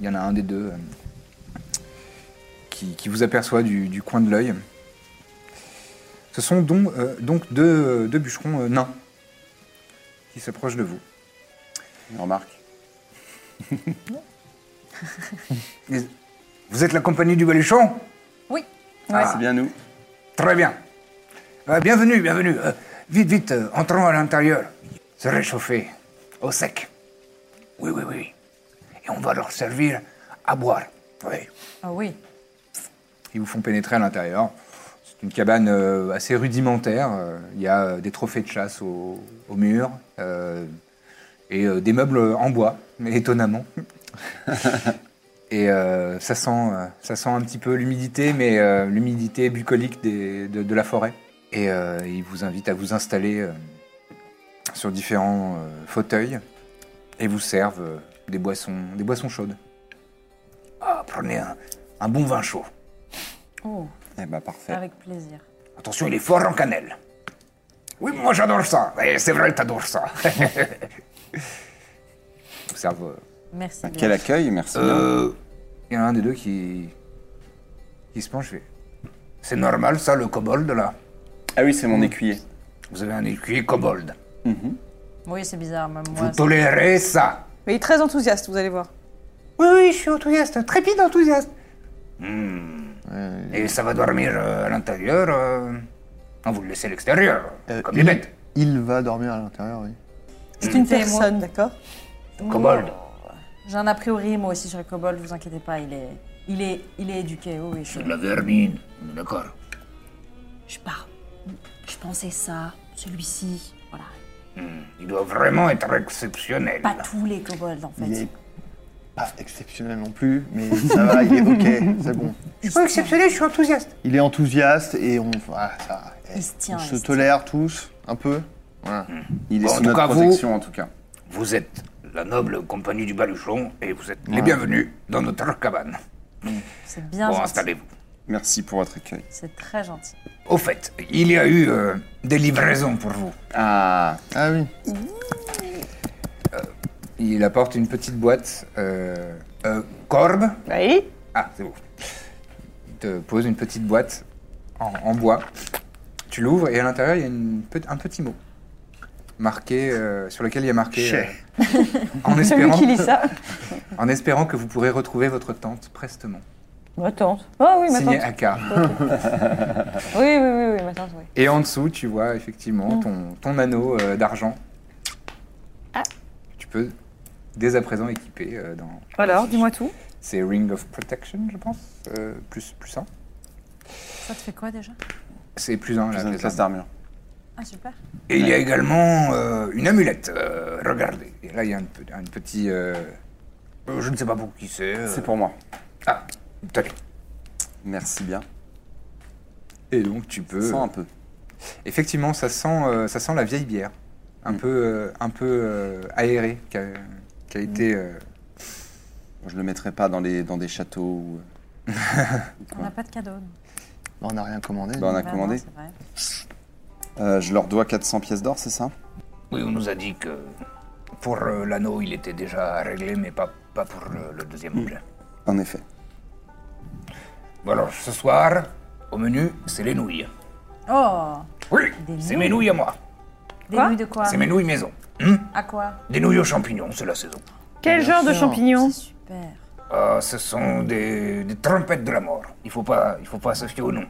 A: il y en a un des deux euh, qui, qui vous aperçoit du, du coin de l'œil. Ce sont donc, euh, donc deux, euh, deux bûcherons euh, nains qui s'approchent de vous.
D: Remarque.
A: Et- Vous êtes la compagnie du Baluchon
E: Oui.
D: Ah, c'est bien nous.
A: Très bien. Euh, bienvenue, bienvenue. Euh, vite, vite, euh, entrons à l'intérieur. Se réchauffer. Au sec. Oui, oui, oui. Et on va leur servir à boire. Oui.
E: Ah oui.
A: Ils vous font pénétrer à l'intérieur. C'est une cabane euh, assez rudimentaire. Euh, Il y a euh, des trophées de chasse au, au mur euh, et euh, des meubles en bois, mais étonnamment. et euh, ça, sent, euh, ça sent un petit peu l'humidité, mais euh, l'humidité bucolique des- de, de la forêt. Et euh, ils vous invitent à vous installer euh, sur différents euh, fauteuils et vous servent euh, des, boissons, des boissons chaudes. Ah, prenez un- un bon vin chaud.
E: Oh,
D: Eh bah, parfait.
E: avec plaisir.
A: Attention, il est fort en cannelle. Oui, moi j'adore ça. Eh, c'est vrai, t'adores ça. Observe. euh,
E: Merci. bien.
D: Quel accueil, merci.
C: Euh.
A: Il y en a un des deux qui. qui se penche. fait, C'est normal ça, le kobold là
D: bien. Ah oui, c'est
A: hmm.
D: mon écuyer.
A: Vous avez un écuyer kobold.
E: Oui, c'est bizarre, même
A: Vous
E: moi. c'est-
A: tolérez ça
B: Mais il est très enthousiaste, vous allez voir.
A: Oui, oui, je suis enthousiaste, trépide enthousiaste.
C: Mm.
A: Et ça va dormir euh, à l'intérieur euh, On vous le laissez à l'extérieur,
C: Euh,
A: comme
C: il-
A: les bêtes.
C: Il va dormir à l'intérieur, oui.
B: C'est une
E: Fais-moi.
B: personne, d'accord
C: Oh.
A: Kobold.
E: J'ai un a priori, moi aussi, sur le kobold, vous inquiétez pas, il est, il est, il est éduqué. Oui, oui, je,
A: La vermine, on est d'accord.
E: je pars. Je pensais ça, celui-ci. Voilà.
A: Il doit vraiment être exceptionnel.
E: Pas tous les kobolds, en fait.
C: Il est pas exceptionnel non plus, mais ça va, il est ok, c'est bon.
A: Je suis pas exceptionnel, je suis enthousiaste.
C: Il est enthousiaste et on, ah, ça, eh,
E: Il se tient,
C: on
E: il
C: se
E: se
C: tolère tous, un peu. Voilà.
D: Il est
A: Bon, en
D: sous
A: tout
D: notre
A: cas, vous-
D: protection, en tout cas.
A: Vous êtes la noble compagnie du Baluchon et vous êtes les bienvenus dans notre cabane.
E: C'est bien.
A: bon,
E: gentil.
A: installez-vous.
D: Merci pour votre accueil.
E: C'est très gentil.
A: Au fait, il y a eu euh, des livraisons pour vous.
D: Ah,
C: Ah oui.
A: Il apporte une petite boîte. Euh, euh, corbe
B: Bah Oui.
A: Ah, c'est bon. Il te pose une petite boîte en, en bois. Tu l'ouvres et à l'intérieur, il y a une pe- un petit mot marqué, euh, sur lequel il y a marqué euh, en,
B: Celui
A: espérant,
B: qui lit ça.
A: en espérant que vous pourrez retrouver votre tante prestement.
B: Ma tante. Ah oui, ma
A: Signé
B: tante.
A: Akar.
B: Oui, oui, oui, oui, ma tante, oui.
A: Et en dessous, tu vois effectivement ton, ton anneau euh, d'argent.
E: Ah.
A: Tu peux dès à présent équiper euh, dans.
B: Alors, dis-moi tout.
A: C'est Ring of Protection, je pense. Euh, plus, plus 1.
E: Ça te fait quoi déjà
A: C'est plus 1, là.
D: je vous donne une
A: plus
D: classe
A: un.
D: d'armure.
E: Ah, super.
A: Et il y a également euh, une amulette. euh, regardez. Et là, il y a un, pe- un petit. euh, euh, je ne sais pas pour qui c'est. euh,
D: C'est pour moi.
A: Ah, tenez.
D: Merci bien.
A: Et donc, tu peux. euh,
D: Sens un peu.
A: Effectivement, ça sent, euh, ça sent la vieille bière. Un peu, euh, un peu euh, aérée, qui a, qui a été. euh,
D: Je le mettrai pas dans, les, dans des châteaux ou. euh, ou
E: On n'a
D: quoi.
E: pas de cadeau. nous.
C: Bah, on n'a rien commandé.
D: Bah, on a
E: Bah non,
D: commandé.
E: c'est vrai.
D: Euh, je leur dois 400 pièces d'or, c'est ça
F: Oui, on nous a dit que pour euh, l'anneau, il était déjà réglé, mais pas, pas pour euh, le
A: Mm.
F: deuxième objet.
D: En effet.
F: Bon, alors, ce soir, au menu, c'est les nouilles.
E: Oh
F: Oui,
E: Des
F: c'est mes nouilles à moi.
E: Des
B: Quoi
E: nouilles de quoi
F: C'est mes nouilles maison.
E: À quoi
F: Des nouilles aux champignons, c'est la saison.
B: Quel genre de champignons
E: C'est super.
F: Ah, ce sont des, des trompettes de la mort. Il faut pas, il faut pas se fier au nom.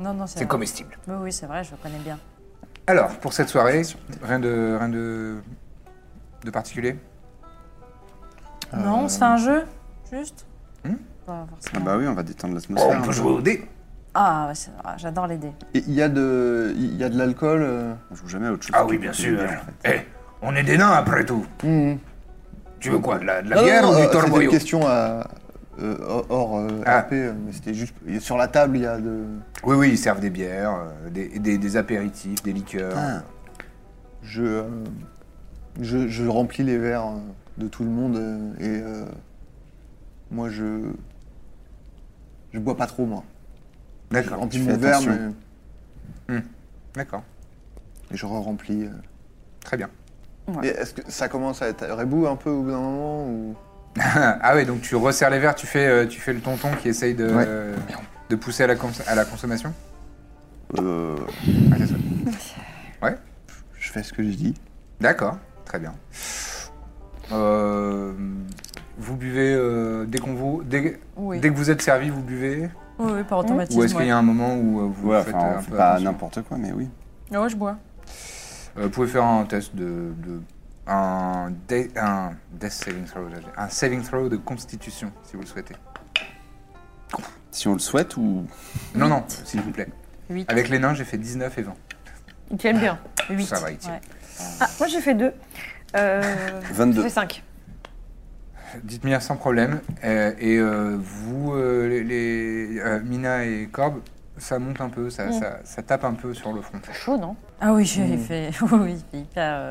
E: Non, non,
F: C'est
E: c'est vrai.
F: comestible.
E: Oui, oui, c'est vrai, je connais bien.
A: Alors, pour cette soirée, rien de, rien de, de particulier
E: Non, on se fait un jeu Juste Pas forcément.
D: Ah bah oui, on va détendre
F: Oh,
A: hein.
D: l'atmosphère.
F: on peut jouer au dé.
E: Ah, ouais, c'est- ah, j'adore les dés.
C: Et Il y a de, il y a de l'alcool. euh,
D: On joue jamais à autre chose.
F: Ah
D: que
F: oui,
D: du
F: bien
D: coup,
F: sûr.
D: en fait.
F: Eh, on est des nains après tout.
A: Mm.
F: Tu veux quoi, de la, de la
C: Non, non,
F: bière
C: non,
F: ou
C: euh,
F: du
C: C'était une
F: torboyau
C: question à, euh, hors euh,
A: Ah.
C: RP, euh, mais c'était juste sur la table. Il y a de.
A: Oui, oui, ils servent des bières, euh, des, des- des apéritifs, des liqueurs.
C: Je, euh, je, je remplis les verres euh, de tout le monde euh, et euh, moi je je bois pas trop moi. Je
A: D'accord,
C: remplis
D: tu
C: mon
D: fais
C: verre
D: attention.
C: mais
A: d'accord,
C: et je re-remplis. euh.
A: très bien.
C: Et Est-ce que ça commence à être rebou un peu au bout d'un moment ou
A: ah oui, donc tu resserres les verres, tu fais, euh, tu fais le tonton qui essaye de,
C: Ouais.
A: euh, de pousser à la, cons- à la consommation
C: Euh,
A: Ah, c'est ça.
C: je fais ce que je dis
A: D'accord, très bien. Euh, vous buvez euh, dès qu'on vous... Dès,
E: Oui.
A: dès que vous êtes servi, vous buvez
E: Oui, oui, par automatisme.
A: Ou est-ce qu'il y
E: ouais.
A: a un moment où euh, vous
D: Ouais,
A: faites
D: enfin,
A: euh,
D: on
A: un
D: fait
A: peu
D: pas
A: attention
D: n'importe quoi, mais oui.
E: Ah ouais, je bois.
A: Euh, Vous pouvez faire un test de... de- un, dé- un death saving throw, j'allais dire. un saving throw de constitution, si vous le souhaitez.
D: Si on le souhaite ou.
A: Non, non, s'il vous plaît.
E: Huit.
A: Avec les nains, j'ai fait 19 et 20.
B: Ils tiennent bien.
E: Huit.
A: Ça va, il tient.
E: Ouais.
B: Ah, moi j'ai fait deux. Euh, J'ai
D: 22.
B: fait cinq.
A: Dites-moi sans problème. Euh, et euh, vous, euh, les, les- euh, Mina et Corbe, ça monte un peu, ça, ça- ça tape un peu sur le front.
B: C'est chaud, non
E: Ah oui, j'ai fait. Oui, oui, c'est hyper. euh,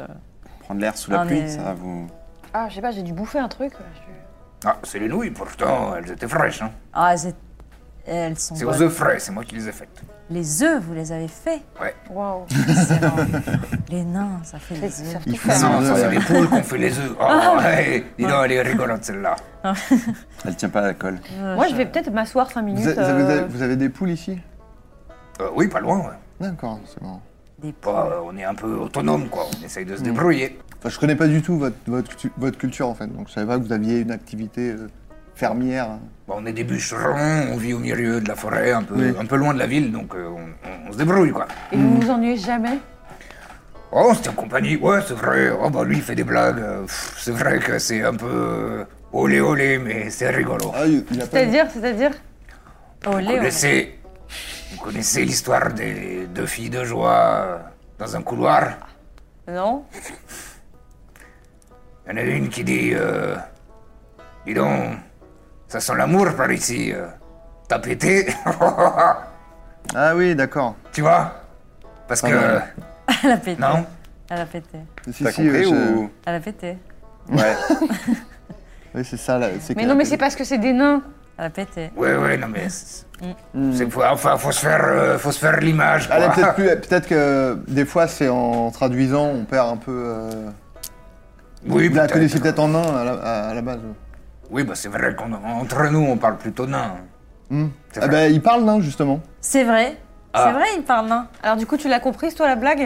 D: Prendre l'air sous la
E: Non,
D: pluie,
E: mais-
D: ça va vous.
B: Ah, je sais pas, j'ai dû bouffer un truc. Je-
F: Ah, c'est les nouilles, pourtant, elles étaient fraîches. Hein.
E: Ah, elles, étaient- elles sont.
F: C'est
E: bonnes.
F: aux œufs frais, c'est moi qui les ai faites.
E: Les œufs, vous les avez faits
B: Waouh.
E: Excellent. Les nains, ça fait des œufs.
B: Surtout
C: faut-
B: faire.
F: Non, ça,
C: œufs,
F: c'est
C: ouais.
F: les poules qu'on fait les œufs. Oh, ouais, dis donc, elle est rigolote celle-là.
D: Elle tient pas à la colle.
B: Moi je vais peut-être m'asseoir cinq
C: vous, a-
B: minutes.
C: vous avez,
B: euh,
C: vous avez des poules ici
F: Euh, oui, pas loin, ouais.
C: D'accord, c'est bon.
E: Des
F: Bon, euh, on est un peu autonome, quoi. On essaye de se débrouiller.
C: Enfin, je connais pas du tout votre, votre, cultu- votre culture en fait, donc je savais pas que vous aviez une activité euh, fermière.
F: Bon, on est des bûcherons, on vit au milieu de la forêt, un peu,
C: Oui.
F: un peu loin de la ville, donc euh, on, on- on se débrouille, quoi.
B: Et vous vous ennuyez jamais
F: Oh, on se tient compagnie, ouais, c'est vrai. Oh, bah lui, il fait des blagues. Euh, pff, C'est vrai que c'est un peu euh, olé olé, mais c'est rigolo.
C: Ah, il, il a pas.
B: C'est-à-dire, c'est-à-dire
F: Vous
E: Olé, olé.
F: connaissez, vous connaissez l'histoire des deux filles de joie euh, dans un couloir
B: Non
F: Il y en a une qui dit euh, Dis donc, ça sent l'amour par ici. euh. T'as pété
C: Ah oui, d'accord.
F: Tu vois Parce que.
C: mal.
E: Elle a pété.
F: Non
E: Elle a pété.
C: Si,
D: T'as
C: si,
D: compris
C: euh, je-
D: ou.
E: Elle a pété.
D: Ouais.
C: Oui, c'est ça. là, c'est
B: Mais
C: que-
B: non, mais c'est parce que c'est des nains.
E: Elle a pété.
F: Ouais, ouais, non, mais. c'est-
E: Mm.
F: c'est- faut- Enfin, faut se faire, euh, faut se faire l'image.
C: Elle est
F: quoi.
C: Ah, peut-être plus- peut-être que des fois, c'est en traduisant, on perd un peu. euh,
F: Oui,
C: vous la
F: peut-être.
C: connaissez peut-être en nain à la, à- à la base.
F: Oui, bah, c'est vrai qu'entre nous, on parle plutôt nain. C'est
C: Ah
F: vrai.
C: bah, il parle nain, justement.
E: C'est vrai C'est vrai, il parle nain.
B: Alors du coup, tu l'as comprise, toi, la blague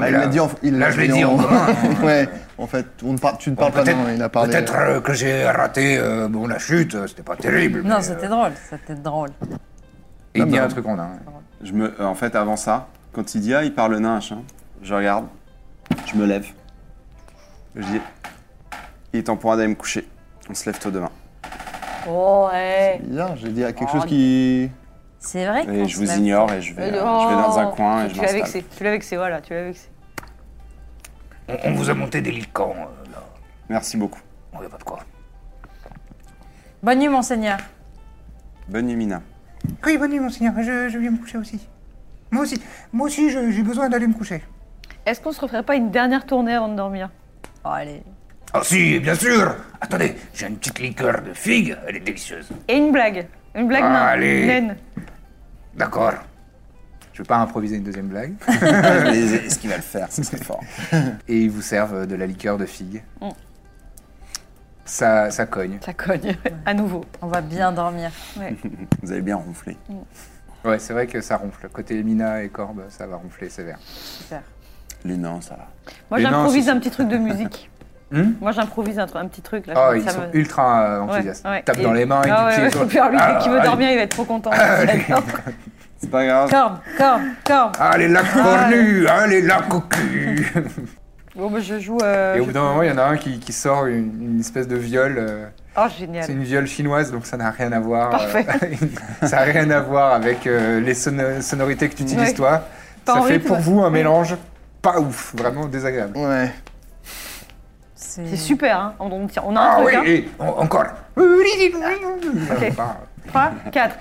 C: Bah,
F: mais
C: il
F: là-
C: l'a dit en. il
F: là,
C: l'a
F: je l'ai dit en commun, hein.
C: ouais, en fait, on ne par- tu ne
F: Bon,
C: parles pas
F: peut-être-
C: nain, il a parlé.
F: Peut-être euh, que j'ai raté euh, bon, la chute, euh, c'était pas terrible.
E: Non,
F: mais,
E: c'était
F: euh,
E: drôle, c'était drôle.
F: Il dit
C: Non,
F: un
C: mais-
F: truc en nain.
D: Je me, euh, en fait, avant ça, quand il dit ah, il parle nain, chien, je regarde, je me lève. Je dis, il est temps pour moi d'aller me coucher. On se lève tôt demain.
B: Oh, ouais.
C: Bizarre, j'ai dit à quelque
B: Oh,
C: chose qui.
E: C'est vrai qu'on
D: Et je
E: se
D: vous
E: lève.
D: ignore et je vais, euh, je vais dans un coin et je
B: Tu l'as
D: m'installe.
B: vexé, tu l'as vexé, voilà, tu l'as vexé.
F: On, on vous a monté des licans, euh, là.
D: Merci beaucoup.
F: On y a pas de quoi.
E: Bonne nuit, monseigneur.
D: Bonne nuit, Mina.
G: Oui, bonne nuit, monseigneur. Je, je viens me coucher aussi. Moi aussi, moi aussi, je- j'ai besoin d'aller me coucher.
B: Est-ce qu'on se referait pas une dernière tournée avant de dormir
E: Oh, allez.
F: Ah si, bien sûr Attendez, j'ai une petite liqueur de figue, elle est délicieuse.
B: Et une blague Une blague nain.
F: Allez.
B: naine.
F: D'accord.
A: Je vais pas improviser une deuxième blague.
D: Est-ce qu'il va le faire C'est serait fort.
A: Et ils vous servent de la liqueur de figue.
B: Mm.
A: Ça, ça cogne.
B: Ça cogne, à nouveau.
E: On va bien dormir.
D: Vous avez bien ronflé.
A: Ouais, c'est vrai que ça ronfle. Côté Mina et Corbe, ça va ronfler sévère.
D: Les nains, ça va.
B: Moi,
A: Les nains,
B: j'improvise
A: c'est-
B: un petit truc de musique.
A: Hmm
B: Moi, j'improvise un, tru- un petit truc là.
A: Oh,
B: ça
A: ils
B: me-
A: sont ultra euh,
B: Ouais,
A: enthousiastes.
B: ouais.
A: Tape
B: Et-
A: dans les mains,
B: Ah,
A: ils
B: ouais, ouais.
A: pieds.
B: Puis alors, lui, dès qu'il veut
F: allez.
B: dormir, il va être trop content.
D: C'est pas grave.
E: Corbe, corbe, corbe.
A: Ah,
F: Allez la
B: Ah,
F: cornue, allez la cocu
B: bon, bah, je joue. euh,
A: Et au
B: je-
A: bout d'un moment, il y en a un qui, qui sort une, une espèce de viole. euh,
B: Oh,
A: c'est
B: génial.
A: une viole chinoise, donc ça n'a rien à voir.
B: Parfait.
A: euh, ça n'a rien à voir avec euh, les sono- sonorités que tu utilises,
B: Ouais.
A: toi.
B: Pas
A: ça
B: en
A: fait
B: rythme.
A: pour vous un mélange pas ouf, vraiment désagréable.
C: Ouais.
B: C'est super, hein. On, on tient- on a un
F: Ah
B: truc, hein.
F: oui, et en- encore
B: 3, 4.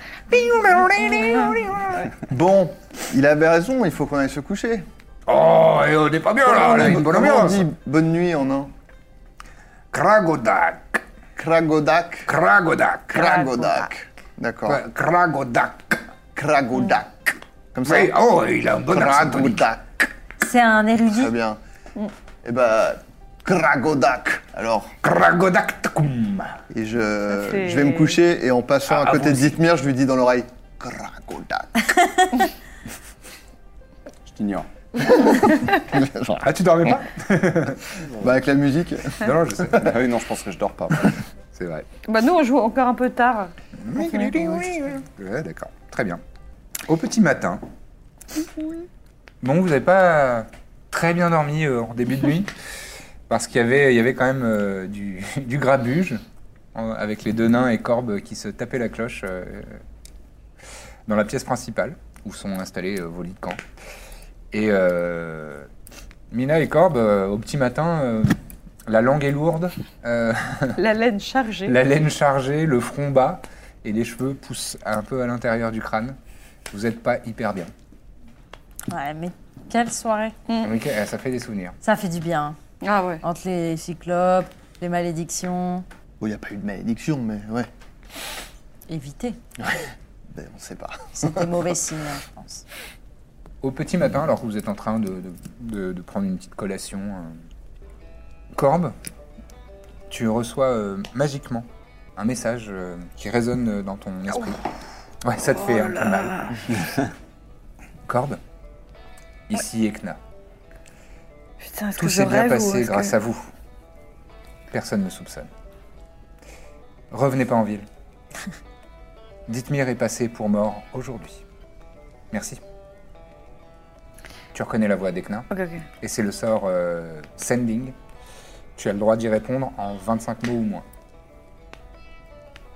C: Bon, il avait raison, il faut qu'on aille se coucher.
F: Oh, et on n'est pas bien
D: Ah,
F: là, là, une bonne
C: Comment on
F: ambiance
C: dit bonne nuit en nain
F: Kragodak,
C: Kragodak.
F: Kragodak,
C: Kragodak. D'accord.
F: Kra- Kragodak.
C: Kragodak. Comme ça.
F: Oui, oh, il a un bon accent tonique.
C: Kragodak.
E: C'est un érudit.
C: Très bien.
D: Mm.
C: Et bah, Kragodak. Alors,
F: Kragodak takum.
C: et je,
B: fait-
C: je vais me coucher et en passant
F: Ah,
C: à côté
F: vous
C: de
F: aussi.
C: Dithmir, je lui dis dans l'oreille Kragodak.
D: Je t'ignore.
A: Ah, tu dormais pas
C: bah, avec la musique.
A: Non, non, je sais.
D: Ah oui, non, je pense que je dors pas.
A: C'est vrai.
B: Bah, nous, on joue encore un peu tard.
A: Ouais, d'accord. Très bien. Au petit matin. Bon, vous n'avez pas très bien dormi euh, en début de nuit, parce qu'il y avait, il y avait quand même euh, du, du grabuge, en- avec les deux nains et Corbe qui se tapaient la cloche euh, dans la pièce principale, où sont installés euh, vos lits de camp. Et euh, Mina et Corbe, euh, au petit matin, euh, la langue est lourde, euh,
B: La laine chargée.
A: la laine chargée, le front bas et les cheveux poussent un peu à l'intérieur du crâne. Vous n'êtes pas hyper bien.
E: Ouais, mais quelle soirée.
A: Ok, eh, ça fait des souvenirs.
E: Ça fait du bien. hein.
B: Ah ouais.
E: Entre les cyclopes, les malédictions.
C: Bon, il n'y a pas eu de malédiction, mais ouais.
E: Éviter.
C: Ben, on sait pas.
E: C'est des mauvais signes, hein, je pense.
A: Au petit matin, alors que vous êtes en train de, de- de- de prendre une petite collation, euh, Corbe, tu reçois euh, magiquement un message euh, qui résonne euh, dans ton esprit. Ouais, ça te fait un peu mal. Corbe, ici Ekna.
B: Putain, est-ce que
A: Tout
B: je
A: s'est bien
B: rêve ou
A: passé
B: est-ce que-
A: grâce à vous. Personne ne soupçonne. Revenez pas en ville. Dithmir est passé pour mort aujourd'hui. Merci. Tu reconnais la voix d'Ekna
B: Ok, ok.
A: et c'est le sort euh, Sending. Tu as le droit d'y répondre en 25 mots ou moins.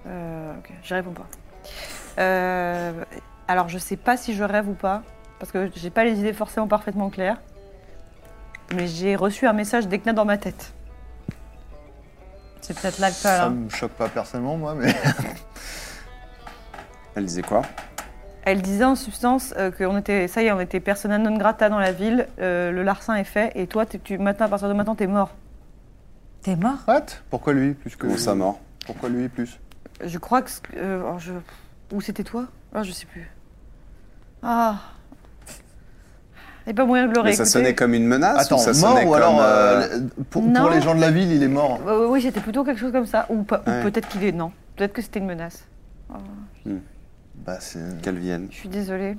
B: Euh, ok, j'y réponds pas. Euh, alors, je sais pas si je rêve ou pas, parce que j'ai pas les idées forcément parfaitement claires. Mais j'ai reçu un message d'Ekna dans ma tête.
E: C'est peut-être l'alcool.
C: Ça
E: hein.
C: me choque pas personnellement, moi, mais.
D: Elle disait quoi
B: Elle disait en substance euh, que on était, ça y est, on était persona non grata dans la ville, euh, le larcin est fait, et toi, t'es- tu, maintenant, à partir de maintenant, t'es mort.
E: T'es mort
C: What Pourquoi lui plus que.
D: Comment ça mort
C: Pourquoi lui plus
B: Je crois que. ce que- euh, alors je... Ou c'était toi Ah, je sais plus. Ah. Et pas moyen de le
D: Mais
B: réécouter.
D: ça sonnait comme une menace
C: Attends,
D: ou ça
C: mort
D: sonnait
C: ou
D: comme...
C: alors
D: euh,
C: euh, pour,
B: Non.
C: pour les gens de la ville, il est mort.
B: Ouais, ouais, Euh, oui, c'était plutôt quelque chose comme ça. Ou, pas- ou
D: Ouais.
B: peut-être qu'il est. Non. Peut-être que c'était une menace.
C: Bah c'est.
D: Qu'elle vienne.
B: Je suis désolée.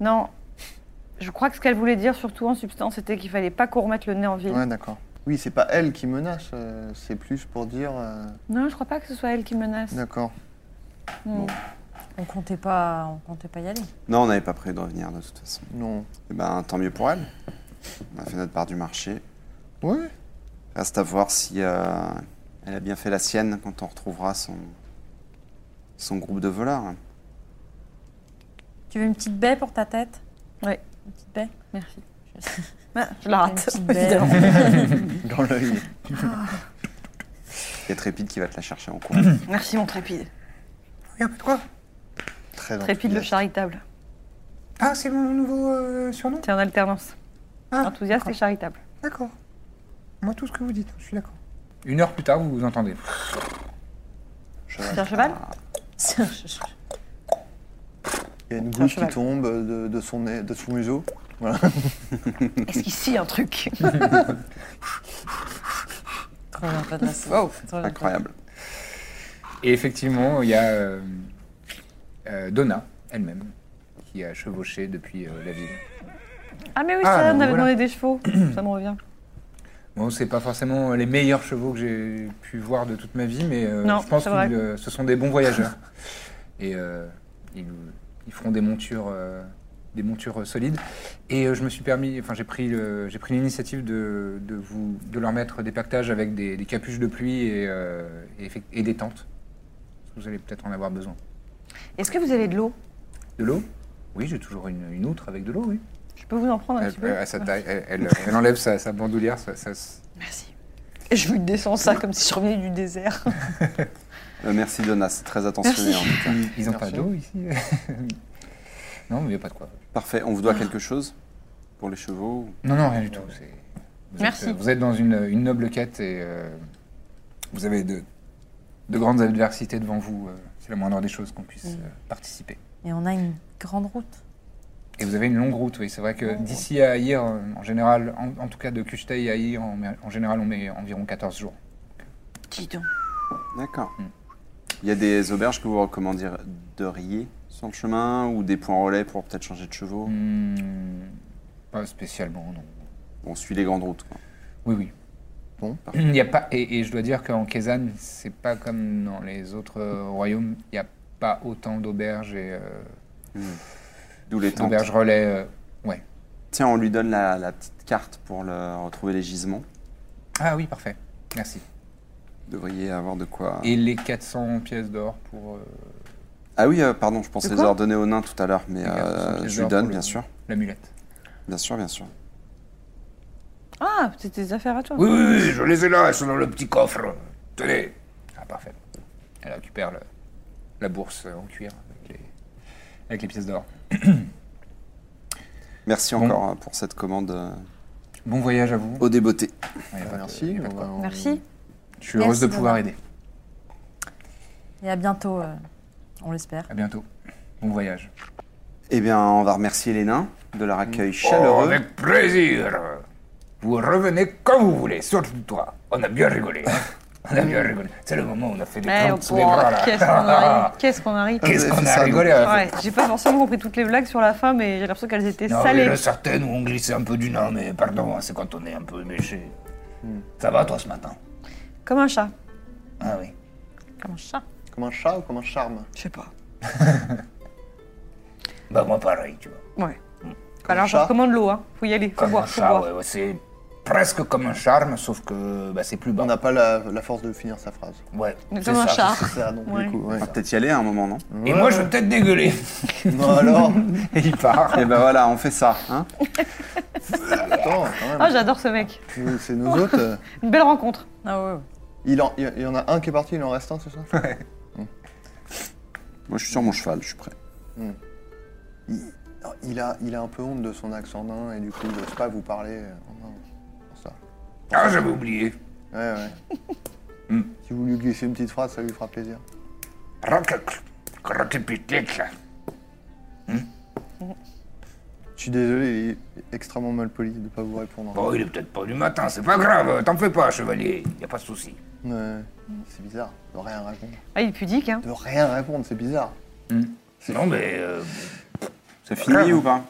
B: Non. Je crois que ce qu'elle voulait dire, surtout en substance, c'était qu'il fallait pas qu'on remette le nez en ville.
C: Ouais, d'accord. Oui, c'est pas elle qui menace, euh, c'est plus pour dire. euh,
B: Non, je crois pas que ce soit elle qui menace.
C: D'accord.
B: Hmm.
E: On comptait pas, on comptait pas y aller.
D: Non, on n'avait pas prévu de revenir de toute façon.
C: Non.
D: Eh ben, tant mieux pour elle. On a fait notre part du marché.
C: Ouais.
D: Reste à voir si euh, elle a bien fait la sienne quand on retrouvera son, son groupe de voleurs.
E: Tu veux une petite baie pour ta tête
B: Ouais.
E: Une petite baie
B: Merci.
E: Ah,
B: je la
E: Une
B: rate,
E: petite baie.
B: évidemment.
C: Dans l'œil.
D: Il y a Trépide qui va te la chercher en cours.
B: Merci, mon trépide.
H: Il y a pas de quoi
C: Très
B: Trépide le
C: enthousiaste.
B: charitable.
H: Ah, c'est mon nouveau euh, surnom
B: C'est en alternance.
H: Ah,
B: Enthousiaste et charitable.
H: D'accord. Moi, tout ce que vous dites, je suis d'accord.
A: Une heure plus tard, vous vous entendez.
B: C'est un cheval
C: Il y a une gousse qui
B: cheval.
C: tombe euh, de, de son, nez- de son museau.
B: Est-ce qu'il scie un truc
E: Trop bien, pas de la soupe. Trop bien.
D: Incroyable.
A: Et effectivement, il y a euh, euh, Donna elle-même qui a chevauché depuis euh, la ville.
B: Ah, mais oui,
A: Ah,
B: ça,
A: bah,
B: on avait
A: voilà.
B: demandé des chevaux. ça me revient.
A: Bon, c'est pas forcément euh, les meilleurs chevaux que j'ai pu voir de toute ma vie, mais euh,
B: Non,
A: je pense
B: c'est
A: que
B: vrai.
A: ce sont des bons voyageurs. Et euh, ils, ils feront des montures, euh, des montures solides. Et euh, je me suis permis, enfin j'ai pris, le- j'ai pris l'initiative de, de vous, de leur mettre des pactages avec des, des capuches de pluie et, euh, et effect- et des tentes. Parce que Vous allez peut-être en avoir besoin.
B: Est-ce que vous avez de l'eau
A: De l'eau Oui, j'ai toujours une, une outre avec de l'eau, oui.
B: Je peux vous en prendre un
A: Elle,
B: petit peu Ah.
A: elle- à sa Euh, taille, elle, elle- elle enlève sa, sa bandoulière, sa- sa-
B: Merci. Et je lui descends ça comme si je revenais du désert.
D: Euh, merci Donna, c'est très attentionné.
B: Merci.
D: en tout cas.
A: Ils, ils ont pas d'eau ici Non, mais il n'y a pas de quoi.
D: Parfait, on vous doit quelque chose pour les chevaux ou-
A: Non, non, rien du tout. c'est- Vous
B: Merci.
A: Êtes, vous êtes dans une, une noble quête et euh, vous avez de, de grandes adversités devant vous. euh, C'est la moindre des choses qu'on puisse euh, participer.
E: Et on a une grande route.
A: Et vous avez une longue route, oui. C'est vrai que d'ici à Aïr, euh, en général, en, en tout cas de Kuchtei à Aïr, en, en général, on met environ 14 jours.
B: Dis donc.
D: D'accord.
A: Mm.
D: Il y a des auberges que vous recommanderiez sur le chemin ou des points relais pour peut-être changer de chevaux
A: Hmm, pas spécialement, non.
D: On suit les grandes routes. quoi.
A: Oui, oui.
C: Bon.
A: Il n'y a pas, et, et je dois dire qu'en Kézan, c'est pas comme dans les autres euh, royaumes, il n'y a pas autant d'auberges et euh,
D: D'où les tentes.
A: d'auberges relais. euh.
D: Tiens, on lui donne la, la petite carte pour le- retrouver les gisements.
A: Ah oui, parfait. Merci.
D: Vous devriez avoir de quoi.
A: Et les 400 pièces d'or pour euh,
D: Ah oui, euh, pardon, je pensais
B: De
D: les
B: quoi
D: avoir données aux nains tout à l'heure, mais
A: Les 400
D: euh,
A: pièces
D: je lui
A: d'or
D: donne,
A: pour
D: bien
A: le-
D: sûr.
A: l'amulette.
D: Bien sûr, bien sûr.
B: Ah, c'est tes affaires à toi.
I: Oui, oui, oui, je les ai là, elles sont dans le petit coffre. Tenez.
A: Ah, parfait. Elle récupère le- la bourse en cuir avec les, avec les pièces d'or.
D: Merci
A: Bon.
D: encore euh, pour cette commande euh,
A: Bon voyage à vous.
D: aux débeautés.
A: Il y a pas de-
C: Merci.
A: il y a pas de
C: on
A: quoi.
C: va- on-
B: Merci.
A: Je suis heureuse
E: Merci
A: de pouvoir
E: d'avoir-
A: aider.
E: Et à bientôt, euh, on l'espère.
A: À bientôt. Bon voyage.
D: Eh bien, on va remercier les nains de leur accueil
I: Oh,
D: chaleureux.
I: avec plaisir. Vous revenez quand vous voulez, surtout toi. On a bien rigolé. hein. On a bien rigolé. C'est le moment où on a fait des
B: Eh,
I: grands sous les
B: oh,
I: bras, là.
B: Qu'est-ce qu'on arrive Qu'est-ce qu'on arrive
I: Qu'est-ce
C: Vous avez
I: qu'on
C: fait
I: a
C: ça,
I: rigolé à la
B: Ouais, j'ai pas forcément compris toutes les blagues sur la fin, mais j'ai l'impression qu'elles étaient
I: Non, il y
B: salées.
I: en a certaines où on glissait un peu du nom, mais pardon, hein, c'est quand on est un peu méché. Ça va, toi, ce matin
B: Comme un chat.
I: Ah oui.
E: Comme un chat.
C: Comme un chat ou comme un charme
B: Je sais pas.
I: Bah, moi, pareil, tu vois.
B: Ouais.
C: Comme
B: Bah, Alors,
C: un
B: je
C: chat
B: recommande l'eau, hein. Faut y aller, faut
I: Comme
B: boire,
I: un
B: faut
I: chat,
B: boire.
I: ouais, ouais, c'est presque comme un charme, sauf que bah, c'est plus bas.
C: On n'a pas la, la force de finir sa phrase.
I: Ouais.
B: Mais
I: c'est
B: Comme un
I: ça.
B: chat.
C: C'est ça, donc
B: Ouais.
C: du coup. ouais.
D: On va peut-être y aller à un moment, non
I: Et moi, je vais peut-être dégueuler.
C: Non, alors
A: Et il part.
D: Eh ben voilà, on fait ça. Hein
C: Attends, quand
B: Ah,
C: même.
B: j'adore ce mec.
C: C'est- C'est nous autres. euh,
B: Une belle rencontre.
E: Ah ouais, ouais.
C: Il, en, il y en a un qui est parti, il en reste un, c'est ça
D: Moi, je suis sur mon cheval, je suis prêt.
C: il, non, il a, il a un peu honte de son accent nain et du coup, il n'ose pas vous parler. euh, en nain. C'est ça.
I: Ah, j'avais oublié.
D: Hmm.
C: Ouais, ouais. si vous lui glissez une petite phrase, ça lui fera plaisir. Je suis désolé, il est extrêmement mal poli de ne pas vous répondre. hein.
A: Bon, il est peut-être pas du matin, c'est pas grave, t'en fais pas, chevalier, y a pas de souci.
C: Ouais, c'est bizarre de rien répondre.
B: Ah, il est pudique, hein.
C: De rien répondre, c'est bizarre.
A: Non, mais. euh,
D: C'est fini ou pas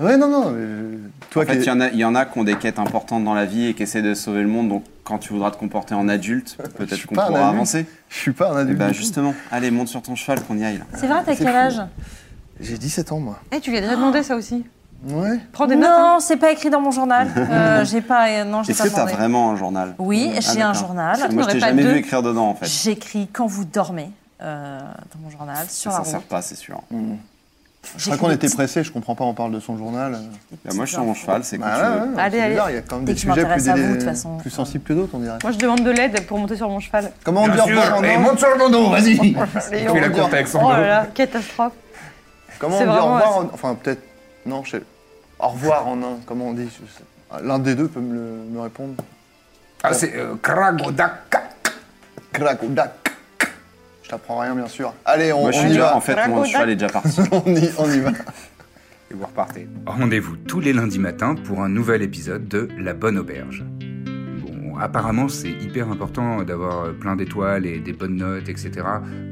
C: Ouais, non, non, mais je- toi
D: En fait,
C: qui.
D: il y, en a- il y en a qui ont des quêtes importantes dans la vie et qui essaient de sauver le monde, donc quand tu voudras te comporter en adulte,
C: Je
D: peut-être
C: suis
D: qu'on
C: pas un
D: pourra
C: adulte.
D: avancer.
C: Je suis pas un
D: Et
C: adulte.
D: bah
C: du tout.
D: justement, allez, monte sur ton cheval qu'on y aille là.
E: C'est vrai, t'as
C: C'est
E: quel
C: fou.
E: âge
C: J'ai 17 ans, moi.
B: Eh, tu lui as déjà demandé ça aussi.
C: Ouais.
B: Prends des notes. hein.
E: Non, c'est pas écrit dans mon journal. Euh, j'ai pas. euh, Non, j'ai
D: Est-ce
E: pas
D: que t'as
E: demandé.
D: vraiment un journal
E: Oui,
D: Ah,
E: j'ai un
D: d'accord.
E: journal.
D: Moi, je
B: n'aurais
D: t'ai
B: pas
D: jamais
B: deux.
D: vu écrire dedans en fait.
E: J'écris quand vous dormez euh, dans mon journal sur la
D: Ça sert
E: route.
D: pas, c'est sûr.
C: Je crois qu'on était pressé, je comprends pas, on parle de son journal.
D: Bah, moi, je suis sur mon cheval, c'est quand
C: Bah
D: tu
C: ouais,
D: veux.
C: ouais,
B: Allez,
C: c'est
B: allez.
C: bizarre, il y a quand même
E: Dès
C: des
E: que je
C: sujets plus,
E: m'intéresse à
C: dé-
E: vous, de toute façon.
C: plus sensibles que d'autres, on dirait.
B: Moi, je demande de l'aide pour monter sur mon cheval.
C: Comment on dit
A: Bien
C: au revoir en
F: hein.
A: sûr, et
C: Inde
A: monte sur le landau, vas-y
B: Et
A: Tu fais la courte avec son
B: Oh là
A: dos.
B: là, catastrophe.
C: Comment on
B: C'est
C: dit au
B: vraiment
C: revoir en... Enfin, peut-être. Non, je sais. Au revoir en Inde, comment on dit je sais pas. L'un des deux peut me, le- me répondre.
A: Ah, c'est euh, Kragodaka.
C: Crac ou dac. Je t'apprends rien, bien sûr. Allez, on,
D: Moi, je
C: on
D: suis
C: y
D: déjà,
C: va.
D: en fait, mon
B: Raconte-
D: cheval est déjà parti.
C: on, y, on y va.
F: Et vous repartez. Rendez-vous tous les lundis matins pour un nouvel épisode de La Bonne Auberge. Bon, apparemment, c'est hyper important d'avoir plein d'étoiles et des bonnes notes, etc.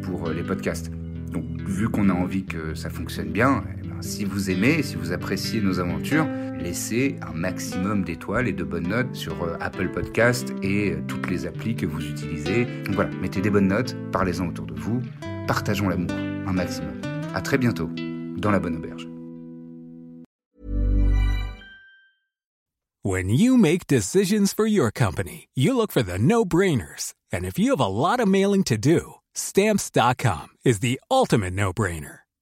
F: pour euh, les podcasts. Donc, vu qu'on a envie que ça fonctionne bien, eh ben, si vous aimez, si vous appréciez nos aventures, laissez un maximum d'étoiles et de bonnes notes sur euh, Apple Podcast et euh, toutes les applis que vous utilisez. Donc voilà, mettez des bonnes notes, parlez-en autour de vous, partageons l'amour un maximum. À très bientôt dans La Bonne Auberge.
J: When you make decisions for your company, you look for the no brainers. And if you have a lot of mailing to do, stamps.com is the ultimate no brainer.